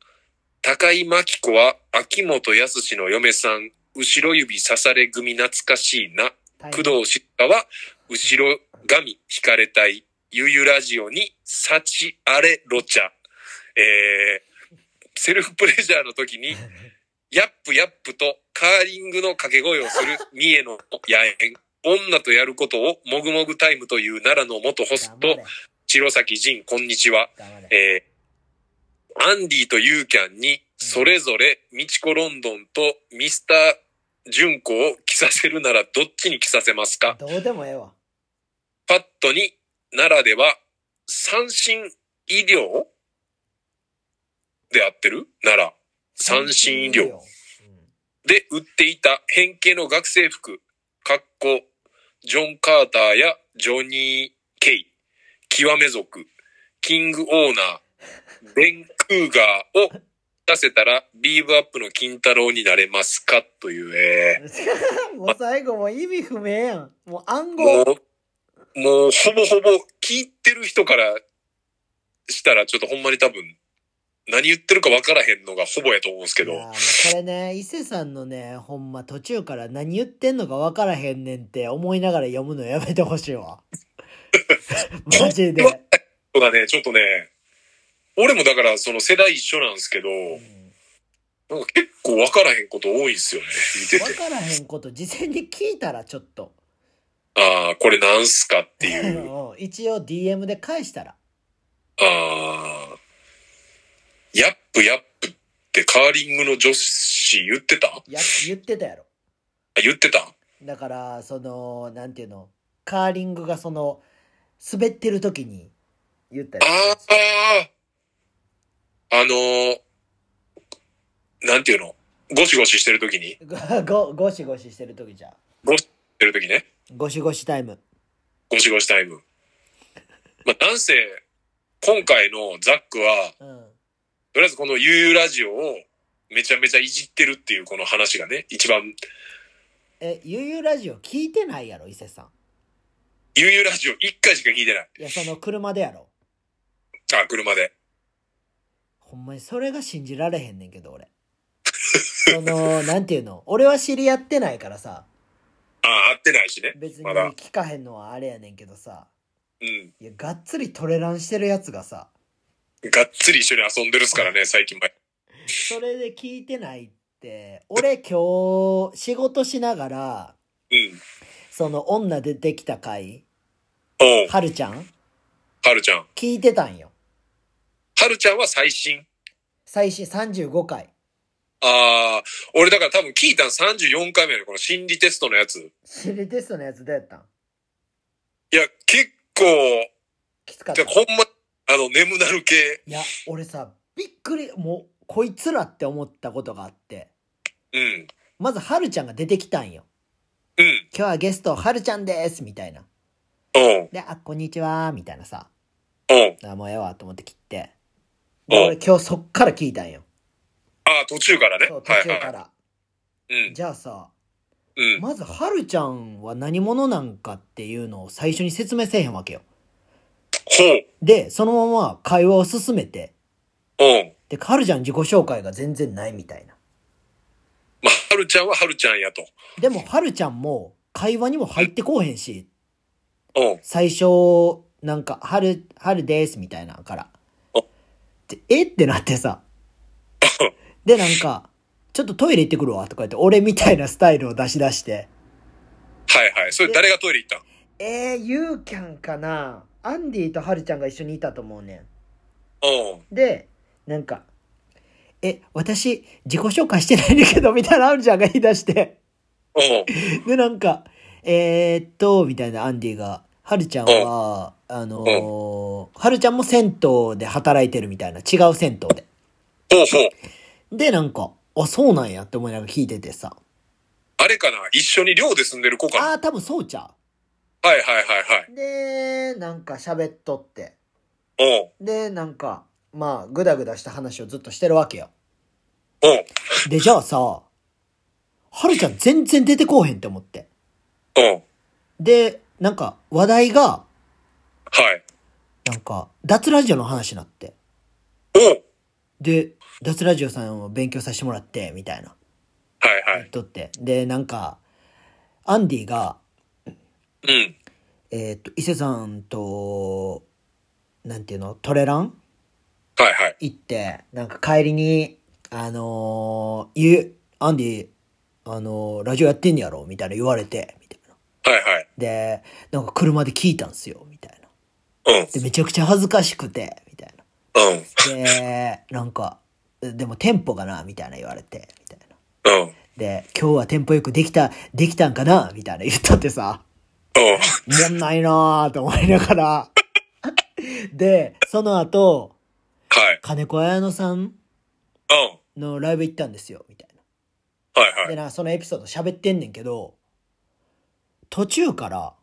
高井真紀子は秋元康の嫁さん、後ろ指刺され組懐かしいな。
大
工
変
藤静香は後ろ髪惹かれたい。ゆうゆうラジオに幸あれロチャ。えー、セルフプレジャーの時に、ヤップヤップとカーリングの掛け声をする三重の野縁。女とやることをもぐもぐタイムという奈良の元ホス
頑張
ト
れ、
白崎仁、こんにちは。
頑張れ。
えーアンディとユーキャンに、それぞれ、ミチコロンドンとミスター・ジュンコを着させるならどっちに着させますか
どうでもええわ。
パッとに、奈良では、三振医療で合ってる奈良。三振医療。で売っていた変形の学生服、かっこ、ジョン・カーターやジョニー・ケイ、極め族、キング・オーナー、ベン・クーガーを出せたら、ビーブアップの金太郎になれますかという、え
うんもう最後もう意味不明やん。もう暗
ーも
号。
う、もうほぼほぼ聞いてる人からしたら、ちょっとほんまに多分、何言ってるか分からへんのがほぼやと思うんですけ
い
ど
やー、もうこれね、伊勢さんのね、ほんま途中から何言ってんのか分からへんねんって思いながら読むのやめてほしい わ。マジで。
そうだね、ちょっとね、俺もだからその世代一緒なんですけど、
うん
なんか結構分からへんこと多いんですよね、見て
分
て。
からへんこと事前に聞いたらちょっと。
ああ、これなんすかっ ていう。
うん一応 DM で返したら。
ああ、ヤップヤップってカーリングの女子言ってたあ
や、言ってたやろ。
言ってた
だから、その、なんていうの、カーリングがその、滑ってる時に言ったや
ああ、あのーなんていうのゴシゴシしてる時に
ろ。 ご、ごしごししてる時じゃん。
してる時ね。
ごしごしタイム。
ゴシゴシタイム。まあ、なんせ、今回のザックは、
うん。
とりあえずこの悠々ラジオをめちゃめちゃいじってるっていうこの話がね、一番、
え、ゆうゆうラジオ聞いてないやろ、伊勢さん。
悠々ラジオ一回しか聞いてない。
いや、その車でやろ。
あ、車で。
ほんまにそれが信じられへんねんけど、俺。その、なんていうの俺は知り合ってないからさ、
あ、会ってないしね。
別に
まだ
聞かへんのはあれやねんけどさ、
うん。
いや、がっつりトレランしてるやつがさ、
がっつり一緒に遊んでるっすからね、最近前。
それで聞いてないって、俺今日仕事しながら、
うん。
その女出てきた回、
おう、
はるちゃん
はるちゃん。
聞いてたんよ。
はるちゃんは最新。
最新35回。
ああ、俺だから多分聞いたん34回目のこの心理テストのやつ。い
心理テストのやつどうやったん
や、結構、
きつかっ
じ
た
ゃ。ほんま、あの、眠なる系。
いや、俺さ、びっくり、もう、こいつらって思ったことがあって、
うん。
まず、はるちゃんが出てきたんよ。
うん。
今日はゲスト、はるちゃんですみたいな。
おう、
で、あ、こんにちはみたいなさ。
おう。
あ、もうええわ、と思って切って。で、
お
俺
う
今日そっから聞いたんよ。
ああ、途中からね。
そう、途
はい
中
はい
か
はい。
ら。
うん。
じゃあさ、
うん。
まず、はるちゃんは何者なんかっていうのを最初に説明せえへんわけよ。
ほう。
で、そのまま会話を進めて、
うん。
で、はるちゃん自己紹介が全然ないみたいな。
まあ、はるちゃんははるちゃんやと。
でも、はるちゃんも会話にも入ってこうへんし、
うん。
最初、なんか、春、春です、みたいなのから
あ。
でえってなってさ。で、なんか、ちょっとトイレ行ってくるわ、とか言って、俺みたいなスタイルを出し出して。
はいはい。それ誰がトイレ行ったん
えー、ゆうきゃんかなアンディとはるちゃんが一緒にいたと思うね
うん。
ん。で、なんか、え、私、自己紹介してないんだけど、みたいなはるちゃんが言い出して。
うん。
で、なんか、えー、っと、みたいなアンディが、はるちゃんは、あのー、はるちゃんも銭湯で働いてるみたいな、違う銭湯で。
ほうほう。
で、なんか、あ、そうなんやって思いながら聞いててさ。
あれかな一緒に寮で住んでる子かな
あー、多分そうちゃ
はいはいは
う。で、なんか喋っとって。
いはい。
で、なんか、まあ、ぐだぐだした話をずっとしてるわけよ。
うん。うん。
で、じゃあさ、はるちゃん全然出てこうへんって思って。
うん。
で、なんか、話題が、
はい。
なんか、脱ラジオの話になって。
おう。
で、脱ラジオさんを勉強させてもらって、みたいな。
はいは
言っ
い。
とって。で、なんか、アンディが、
うん。
えーっ、と、伊勢さんと、なんていうの、トレラン
はいはい。
行って、なんか帰りに、あのー、ゆ、アンディ、あのーラジオやってんやろみたいな言われて、みたいな。
はいはい。
で、なんか車で聞いたんすよ、みたいな。
うん。
で、めちゃくちゃ恥ずかしくて、みたいな。
うん。
で、なんか、でもテンポがな、みたいな言われて、みたいな。
うん。うん。
で、今日はテンポよくできた、できたんかなみたいな言ったってさ、もんないなぁと思いながら。で、その後、
はい。
金子綾乃さん
うん。
のライブ行ったんですよ、みたい
はい
な。
は
で
い。
な、そのエピソード喋ってんねんけど、途中から、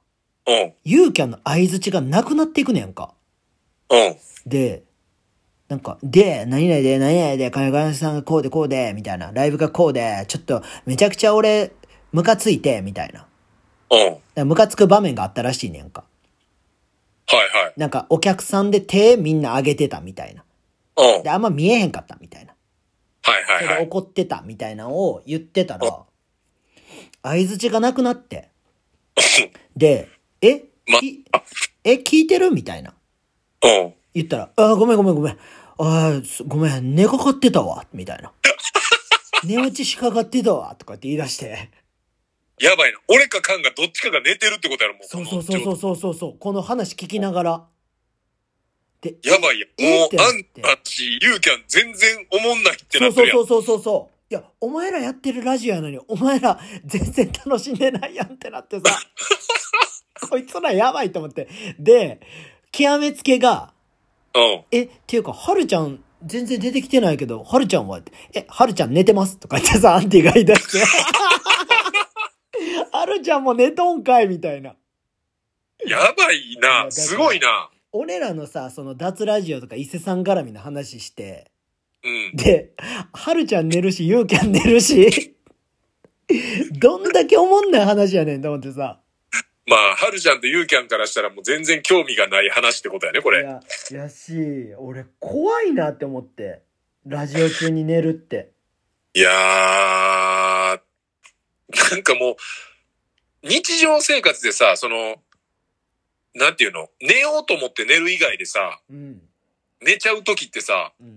うん。
ゆうきゃんの相づちがなくなっていくねやんか。
うん。
で、なんか、で、何々で、何々で、金子綾乃さんがこうでこうで、みたいな。ライブがこうで、ちょっと、めちゃくちゃ俺、ムカついて、みたいな。だか
うん。
らムカつく場面があったらしいねんか。
はいはい。
なんかお客さんで手みんな上げてたみたいな。
うん。
で、あんま見えへんかったみたいな。
はいは
そ
い
れ
は
で
い。
怒ってたみたいなのを言ってたら、相づちがなくな って。で、え、
ま
きえ、聞いてるみたいな。
うん。
言ったら、あーごめんごめんごめん。あーすごめん、寝かかってたわ。みたいな。 寝落ちしかかってたわ。とかって言い出して。
やばいな。俺かカンがどっちかが寝てるってことやろ、もう。
そうそうそうそうそうそうそう。この話聞きながら。で、
やばいやん。
ええ
も
って
う、
な
あ
っ
ん
て
たち、ゆうきゃん全然おもんないって
そ
な
う
って
そう
るやん。
そうそうそうそう。いや、お前らやってるラジオやのに、お前ら全然楽しんでないやんってな ってさ。こいつらやばいと思って。で、極めつけが、
うん。
え、っていうか、はるちゃん、全然出てきてないけど、はるちゃんはって、え、はるちゃん寝てますとか言ってさ、アンティが言い出して。 はるちゃんも寝とんかいみたいな。
やばい
やだか
な。
ら
すごいな。
俺らのさ、その脱ラジオとか伊勢さん絡みの話して、
うん。
で、はるちゃん寝るし、ゆうきゃん寝るし、どんだけおもんない話やねんと思ってさ。
まあ、はるちゃんとゆうきゃんからしたらもう全然興味がない話ってことやね、こ
い
れ。
や、やし、俺怖いなって思って。ラジオ中に寝るって。
いやー、なんかもう、日常生活でさ、その、なんていうの寝ようと思って寝る以外でさ、
うん。
寝ちゃう時ってさ、
うん。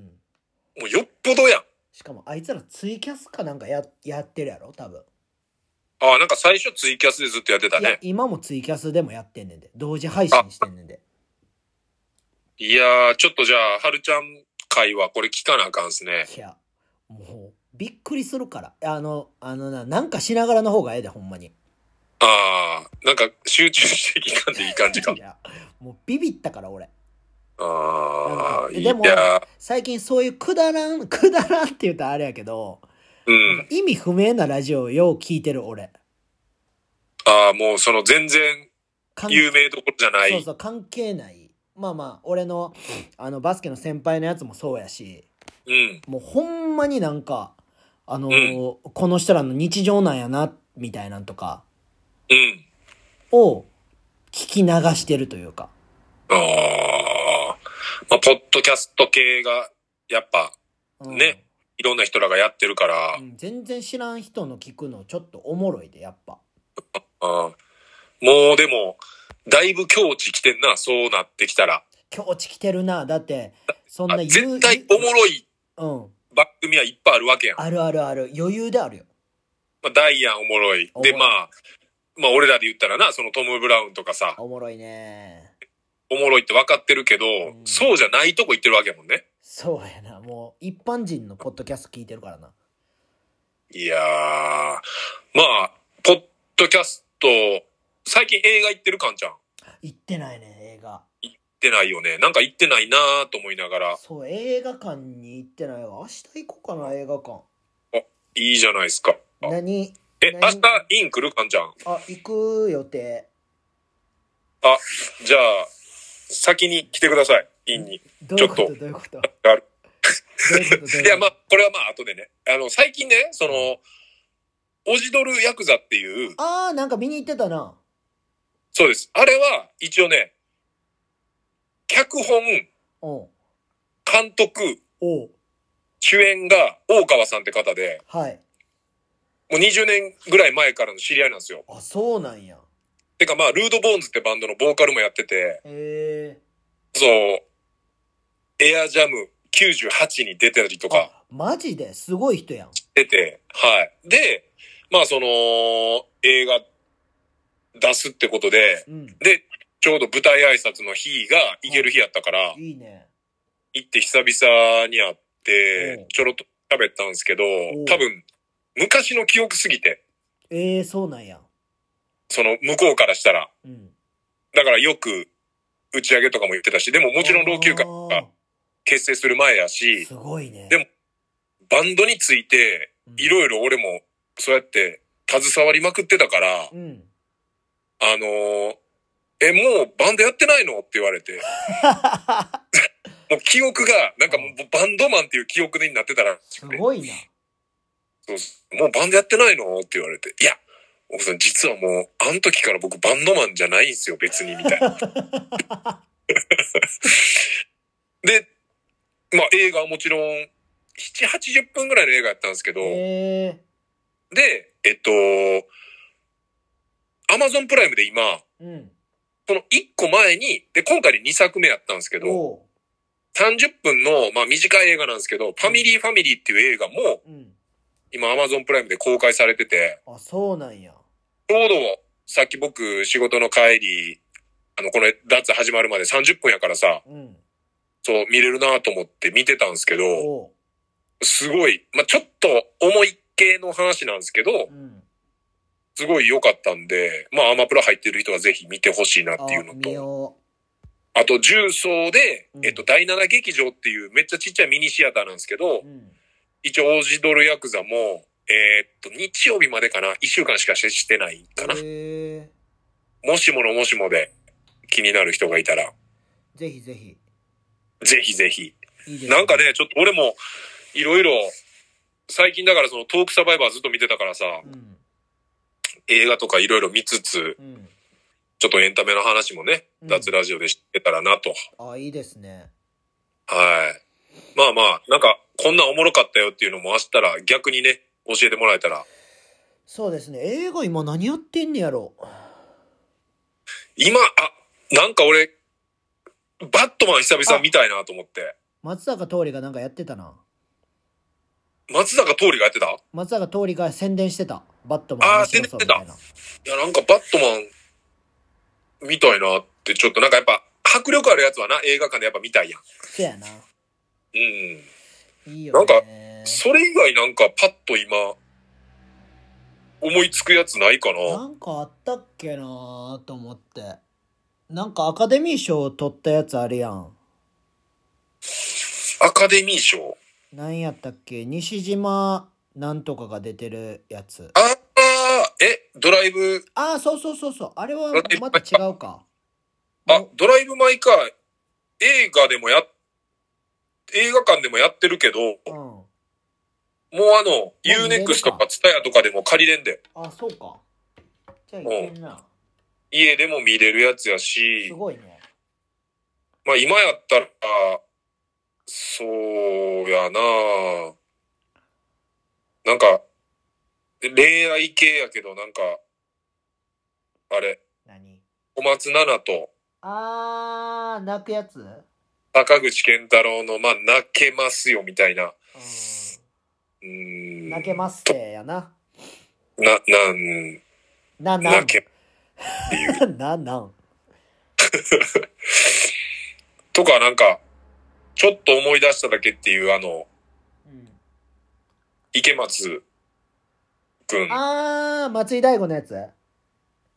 もうよっぽどやん。
しかもあいつらツイキャスかなんかややってるやろ多分
ああ、なんか最初ツイキャスでずっとやってた
いや
ね。
今もツイキャスでもやってんねんで同時配信してんねんで
いやー、ちょっとじゃあ、はるちゃん会はこれ聞かなあかんっすね。
いやもうびっくりするからあのあのななんかしながらの方がええでほんまに
ああ、なんか集中して聞かんでいい感じ か
い。やもうビビったから俺
ああ、い
でも
やー、
最近そういうくだらん くだらんって言うとあれやけど、
う
なん
ん。
か意味不明なラジオをよう聞いてる俺
ああ、もうその全然
関
有名どころじゃない。
そうそう関係ないまあまあ俺のあのバスケの先輩のやつもそうやし
うん。
もうほんまになんか、あのーこの人らの日常なんやな、みたいなんとか
うん。
を聞き流してるというか。
ああ。まあ、ポッドキャスト系が、やっぱ、
うん
ね、いろんな人らがやってるから、
うん全然知らん人の聞くのちょっとおもろいで、やっぱ。
あーもうでも、だいぶ境地来てんな、そうなってきたら。
境地来てるな。だって、そん
あ
な
絶対おもろい
うん。
番組はいっぱいあるわけやん。
あるあるある。余裕であるよ。
まあ、ダイアンおもろい
お。もろい
で、まあ、まあ、俺らで言ったらな、そのトム・ブラウンとかさ、
おもろいね。
おもろいって分かってるけど、
ん
そうじゃないとこ行ってるわけやもんね。
そうやな。もう、一般人のポッドキャスト聞いてるからな。
いやー、まあ、ポッドキャスト、最近映画行ってるかんちゃん。行っ
行ってないね、映画。
てないよね。なんか行ってないなーと思いながら、
そう、映画館に行ってないわ。明日行こうかな、映画館。
いいじゃないですか。
何
え、明
何
日イン来るかんちゃん。
あ、行く予定。
じゃあ、先に来てください。インに。
どういうこ
ちょ
と
っと
どういうことど
ある
ういうことどういうこと
いや、まあ、これはまあ、後でね。あの、最近ね、その、オジドルヤクザっていう、
あー、なんか見に行ってたな。
そうです。あれは、一応ね、脚本、
うん。
監督、
おう
主演が大川さんって方で、
はい。
もう20年ぐらい前からの知り合いなんですよ。
あ、そうなんや。
てかまあ、ルードボーンズってバンドのボーカルもやってて、
え
そう、エアジャム98に出てたりと
ー。
か
あ、マジですごい人やん。
出て、はい。で、まあその、映画出すってことで、
うん。
で、ちょうど舞台挨拶の日が行ける日やったから、
いいね。
行って久々に会っ
うん
て、ちょろっと喋ったんですけど
ん、
多分、昔の記憶すぎて、
えー、そうなんや。
その向こうからしたら、
うん。
だからよく打ち上げとかも言ってたし、でももちろん老朽化が結成する前や
あー
し
す、ごいね。
でもバンドについて
うん、
いろいろ俺もそうやって携わりまくってたから、あ
うん。
のーえ、もうバンドやってないのって言われて、もう記憶が、なんかもうバンドマンっていう記憶になってたらし
す
くて、
ごいな。
そうそうもうバンドやってないのって言われて、いや、奥さん実はもう、あの時から僕バンドマンじゃないんですよ、別に、み たいな。で、まあ映画はもちろん、7、80分ぐらいの映画やったんですけど、
え
で、えっと、アマゾンプライムで今、
えうん。
その1個前に、で、今回で2作目やったんですけど、
おう。
30分の、まあ短い映画なんですけど、ファミリーファミリーっていう映画も、
うん。
今アマゾンプライムで公開されてて、
あ、そうなんや。
ちょうど、さっき僕、仕事の帰り、あの、この脱始まるまで30分やからさ、
うん。
そう、見れるなと思って見てたんですけど、
おう。
すごい、まあ、ちょっと重い系の話なんですけど
う、ん。
すごい良かったんで、まあ、アマプラ入ってる人はぜひ見てほしいなっ
あ
ていう、の
見
と、
よ
あと、重曹で
う、ん
えっと、第7劇場っていうめっちゃちっちゃいミニシアターなんですけど
う。う、ん。
一応、オージドルヤクザも、えーっと、日曜日までかな、1週間しかしてないかな。
ええ
もしものもしもで気になる人がいたら、
ぜひぜひ。
ぜひぜひ。
いいです
なんかね、、ちょっと俺も、いろいろ、最近だからそのトークサバイバーずっと見てたからさ、
うん。
映画とかいろいろ見つつ、
うん。
ちょっとエンタメの話もね、
うん
脱ラジオで知ってたらなと。
あ、いいですね。
はい。まあまあ、なんか、こんなんおもろかったよっていうのも明日ら逆にね、教えてもらえたら。
そうですね。映画今何やってんねやろ。
今、あ、なんか俺、バットマン久々見たいなと思って。
松坂桃李がなんかやってたな。
松坂桃李がやってた
松坂桃李が宣伝してた。バットマン。
あー
面白そうみい
宣
な。
いや、なんかバットマン、みたいなって、ちょっとなんかやっぱ、迫力あるやつはな、映画館でやっぱ見たいやん。
せやな。
うん。
いいよね。
それ以外なんかパッと今、思いつくやつないかな
なんかあったっけなーと思って。なんかアカデミー賞を取ったやつあるやん。
アカデミー賞。
なんやったっけ西島なんとかが出てるやつ。
ああ、え、ドライブ、
ああ、そうそうそうそう。あれは
あれ
また違うか。
あ
お、
ドライブ・マイ・カー、映画でもやっ、映画館でもやってるけど、もう
うん。
あの、
見れるか
UNEXT とか TSUTAYA とかでも借りれんで、
あ、そうか。じゃあいけんな。
家でも見れるやつやし
す、ごいね。
まあ今やったら、そうやななんか、恋愛系やけど、なんか、あれ、
何
小松菜奈と
あー、泣くやつうん。
坂口健太郎の、まあ、泣けますよ、みたいな。うーん。
泣けますってやな。
な、なん、
な、なん。
泣け、
な、なん。
とか、なんか、ちょっと思い出しただけっていう、あの、
うん
池松くん、
あー、松井大悟のやつ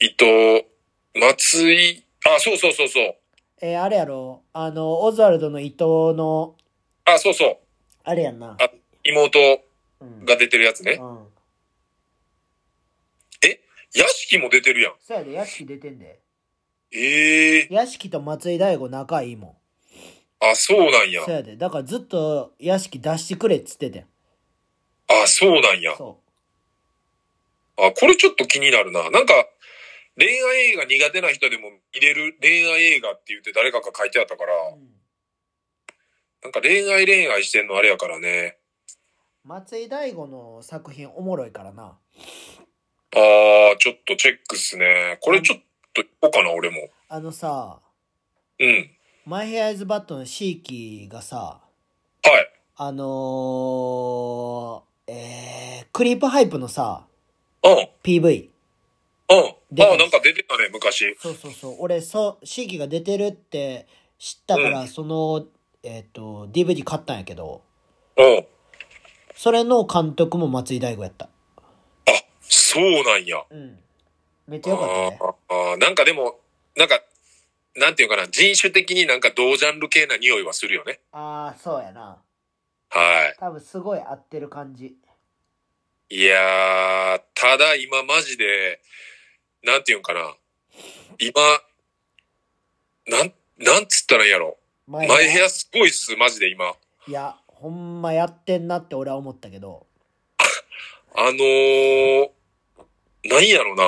伊藤、松井、あ、そうそうそうそう。
えー、あれやろあの、オズワルドの伊藤の、
あ、そうそう。
あれやんな。
あ妹
うん。
が出てるやつね。
うん。
屋敷も出てるやん。
そうやで、屋敷出てんで。
ええ
屋敷と松井大悟仲いいもん。
あ、そうなんや
そう。やで。だからずっと屋敷出してくれっつっててん。
あ、そうなんや。
そ
あ、これちょっと気になるな。なんか、恋愛映画苦手な人でも見れる恋愛映画って言って誰かが書いてあったから、
う。うん
なんか恋愛恋愛してんのあれやからね。
松井大悟の作品おもろいからな。
あー、ちょっとチェックっすね。これちょっと行こうかな、俺も。
あのさ、
うん。
マイヘアイズバットのシーキーがさ、
はい。
あのー、えー、クリープハイプのさ、
う
PV。
ん。うん。
で
あー、なんか出てたね、昔。
そうそうそう。俺、そう、シーキーが出てるって知ったから、その、えっ、と、DVD 買ったんやけど、
うん。
それの監督も松井大悟やった。
そうなんや。
うん。めっちゃ良かったね。
あーあーなんかでも、なんか、なんていうかな、人種的になんか同ジャンル系な匂いはするよね。
ああ、そうやな。
は
多分すごい合ってる感じ。
い。いやー、ただ今マジで、なんていうんかな、今、なん、なんつったらいいやろ。
前
マイヘアすごいっす、マジで今。
いや、ほんまやってんなって俺は思ったけど、
あのー、なんやろな。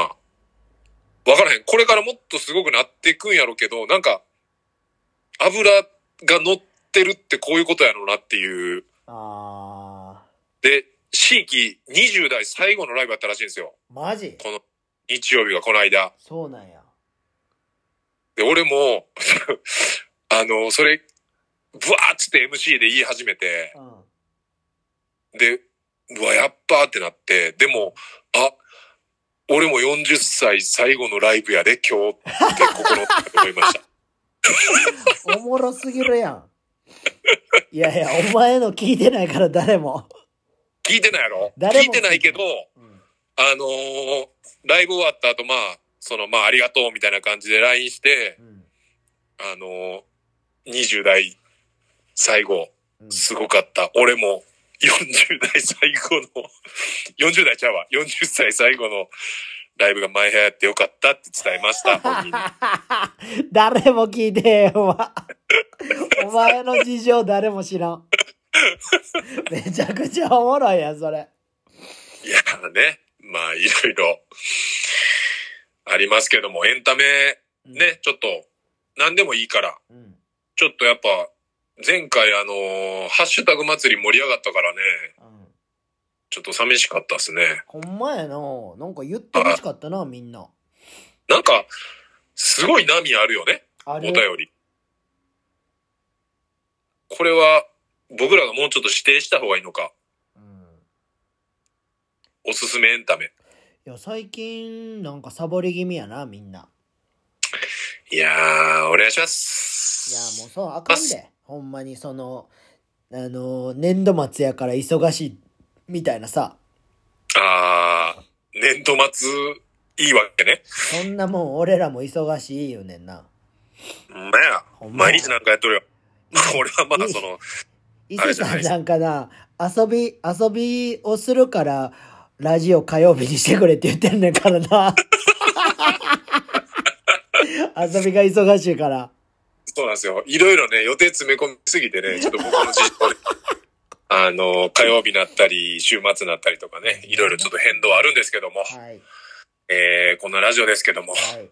わからへん。これからもっとすごくなっていくんやろうけど、なんか、油が乗っってるってこういうことやろうなっていう。
あ
で、C 期20代最後のライブやったらしいんですよ。
ー、マジ
この日曜日がこの間。
そうなんや。
で、俺も、 あの、それ、ブワーっつって MC で言い始めて、
うん。
で、うわ、やっぱーってなって、でも、あ、俺も40歳最後のライブやで、今日って心を思いました。
おもろすぎるやん。いやいや、お前の聞いてないから誰も。
聞いてないやろ
誰も
聞いてないけど、
うん。
あのーライブ終わった後、まあ、その、まあ、ありがとうみたいな感じで LINE して、
うん。
あのー20代最後、
うん、
すごかった。俺も40代最後の、40代ちゃうわ、40歳最後のライブが前部屋やってよかったって伝えま した、本人に。
誰も聞いてへんわ。お前の事情誰も知らん。めちゃくちゃおもろいやん、それ。
いやーね、まあいろいろありますけども、エンタメね、ちょっと何でもいいから、
うん。
ちょっとやっぱ前回あのーハッシュタグ祭り盛り上がったからね、
うん。
ちょっと寂しかったですね。
ほんまやな。なんか言ってほしかったな、みんな。
なんか、すごい波あるよね、
あ
お
れ
便り。これは僕らがもうちょっと指定した方がいいのか、
うん。
おすすめエンタメ。
いや、最近、なんかサボり気味やな、みんな。
いやー、お願いしま
い
す。
や、もうそう、あかんで。ほんまに、その、あの、年度末やから忙しい、みたいなさ。
あー、年度末、いいわけね。
そんなもん、俺らも忙しいよねんな。
ほんまや。
ほんまや
毎日なんかやっとるよ。 俺はまあその、
伊勢
あれじゃな
さ
い
ん
です
なんかな、遊び、遊びをするから、ラジオ火曜日にしてくれって言ってんねんから な。遊びが忙しいから。
そうなんですよ。いろいろね、予定詰め込みすぎてね、ちょっと僕の実況で、あの、火曜日なったり、週末なったりとかね、いろいろちょっと変動はあるんですけども、
はい。
えー、このラジオですけども、
はい。
引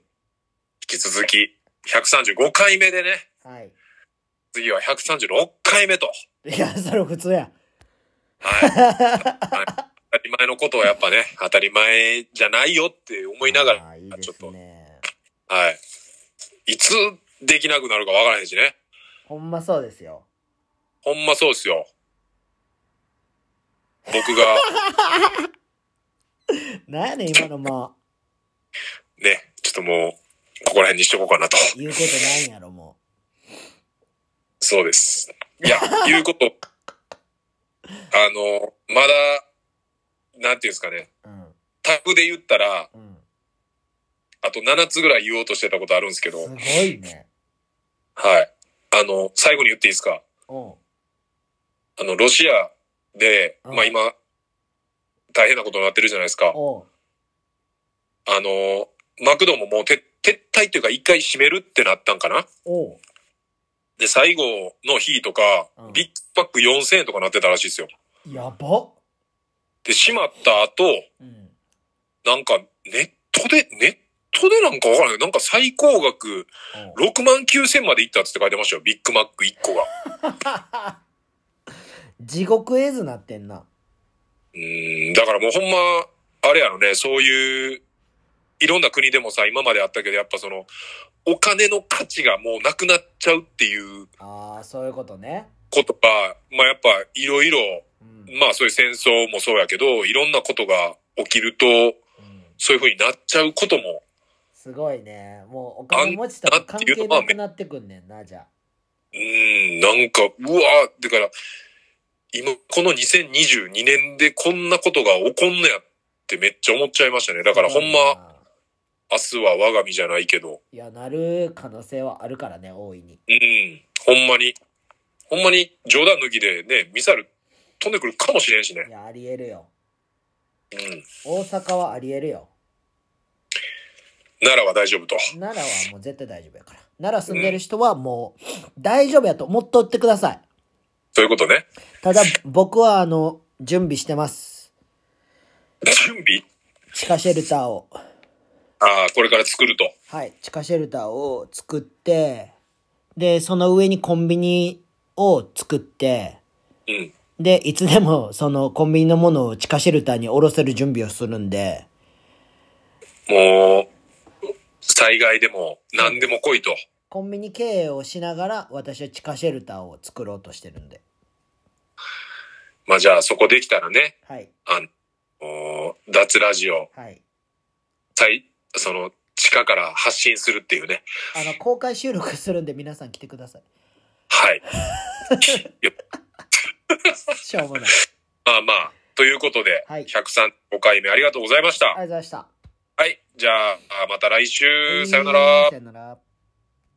き続き、135回目でね、
はい。
次は136回目と、
いや、それ普通や。
はい。はい当たり前のことをやっぱね、当たり前じゃないよって思いながら、
あーいいで
ちょっ
す
と
ね。
はい。いつできなくなるかわからへんしね。
ほんまそうですよ。
ほんまそうっすよ。僕が、
なんやねん、今のま
ね、ちょっともう、ここら辺にしとこうかなと。
あ、言うことないんやろ、も
そうです。いや、いうこと。あの、まだ、なんていうんですかね。
う。うん。
タグで言ったら、
うん。
あと7つぐらい言おうとしてたことあるんですけど、
す
はい。
ごいね。
あの、最後に言っていいですか。
うん。
あの、ロシアで、
うん
まあ今、大変なことになってるじゃないですか。
おう。
あの、マクドももう撤撤退っていうか一回閉めるってなったんかな
おう。
で、最後の日とか、
うん
ビッグパック4000円とかなってたらしいですよ。
やばっ。
で、閉まった後、
うん。
なんかネットで、ネットでなんかわからないけど、なんか最高額
おう
6万9000までいったっつって書いてましたよ。ビッグマック1個が。
地獄絵図なってんな。
うーん、だからもうほんま、あれやろね、そういう、いろんな国でもさ、今まであったけど、やっぱその、お金の価値がもうなくなっちゃうっていう
ああ、そういうことね。
ことが、まあやっぱいろいろ、
うん。
まあそういう戦争もそうやけど、いろんなことが起きると、
うん
そういう風になっちゃうことも、
すごいね。もうお金持ちとか関係なくなってくんねんな、じゃあ。
うーん、なんか、うわーだから、今、この2022年でこんなことが起こんのやってめっちゃ思っちゃいましたね。だからほんま、
ま。
明日は我が身じゃないけど、
いや、なる可能性はあるからね、大いに。
うん、ほんまに、ほんまに冗談抜きでね、ミサイル飛んでくるかもしれんしね
い。や、ありえるよ。
うん。
大阪はありえるよ。
奈良は大丈夫と。
奈良はもう絶対大丈夫やから。奈良住んでる人はもう大丈夫やと思っとってください。
そういうことね。
ただ、僕はあの、準備してます。
準備
地下シェルターを。
ああ、これから作ると。
はい、地下シェルターを作って、で、その上にコンビニを作って、
うん。
で、いつでもそのコンビニのものを地下シェルターに下ろせる準備をするんで、
もう、災害でも何でも来いと。
コンビニ経営をしながら私は地下シェルターを作ろうとしてるんで。
まあじゃあそこできたらね、
はい。
あの、脱ラジオ、
はい。
最、その、地下から発信するっていうね。
あの、公開収録するんで皆さん来てください。
はい。
しょうもない。
まあまあ、ということで、
はい
135回目ありがとうございました。
ありがとうございました。
はい。じゃあ、また来週。さよな
は
ら
い。さよなら。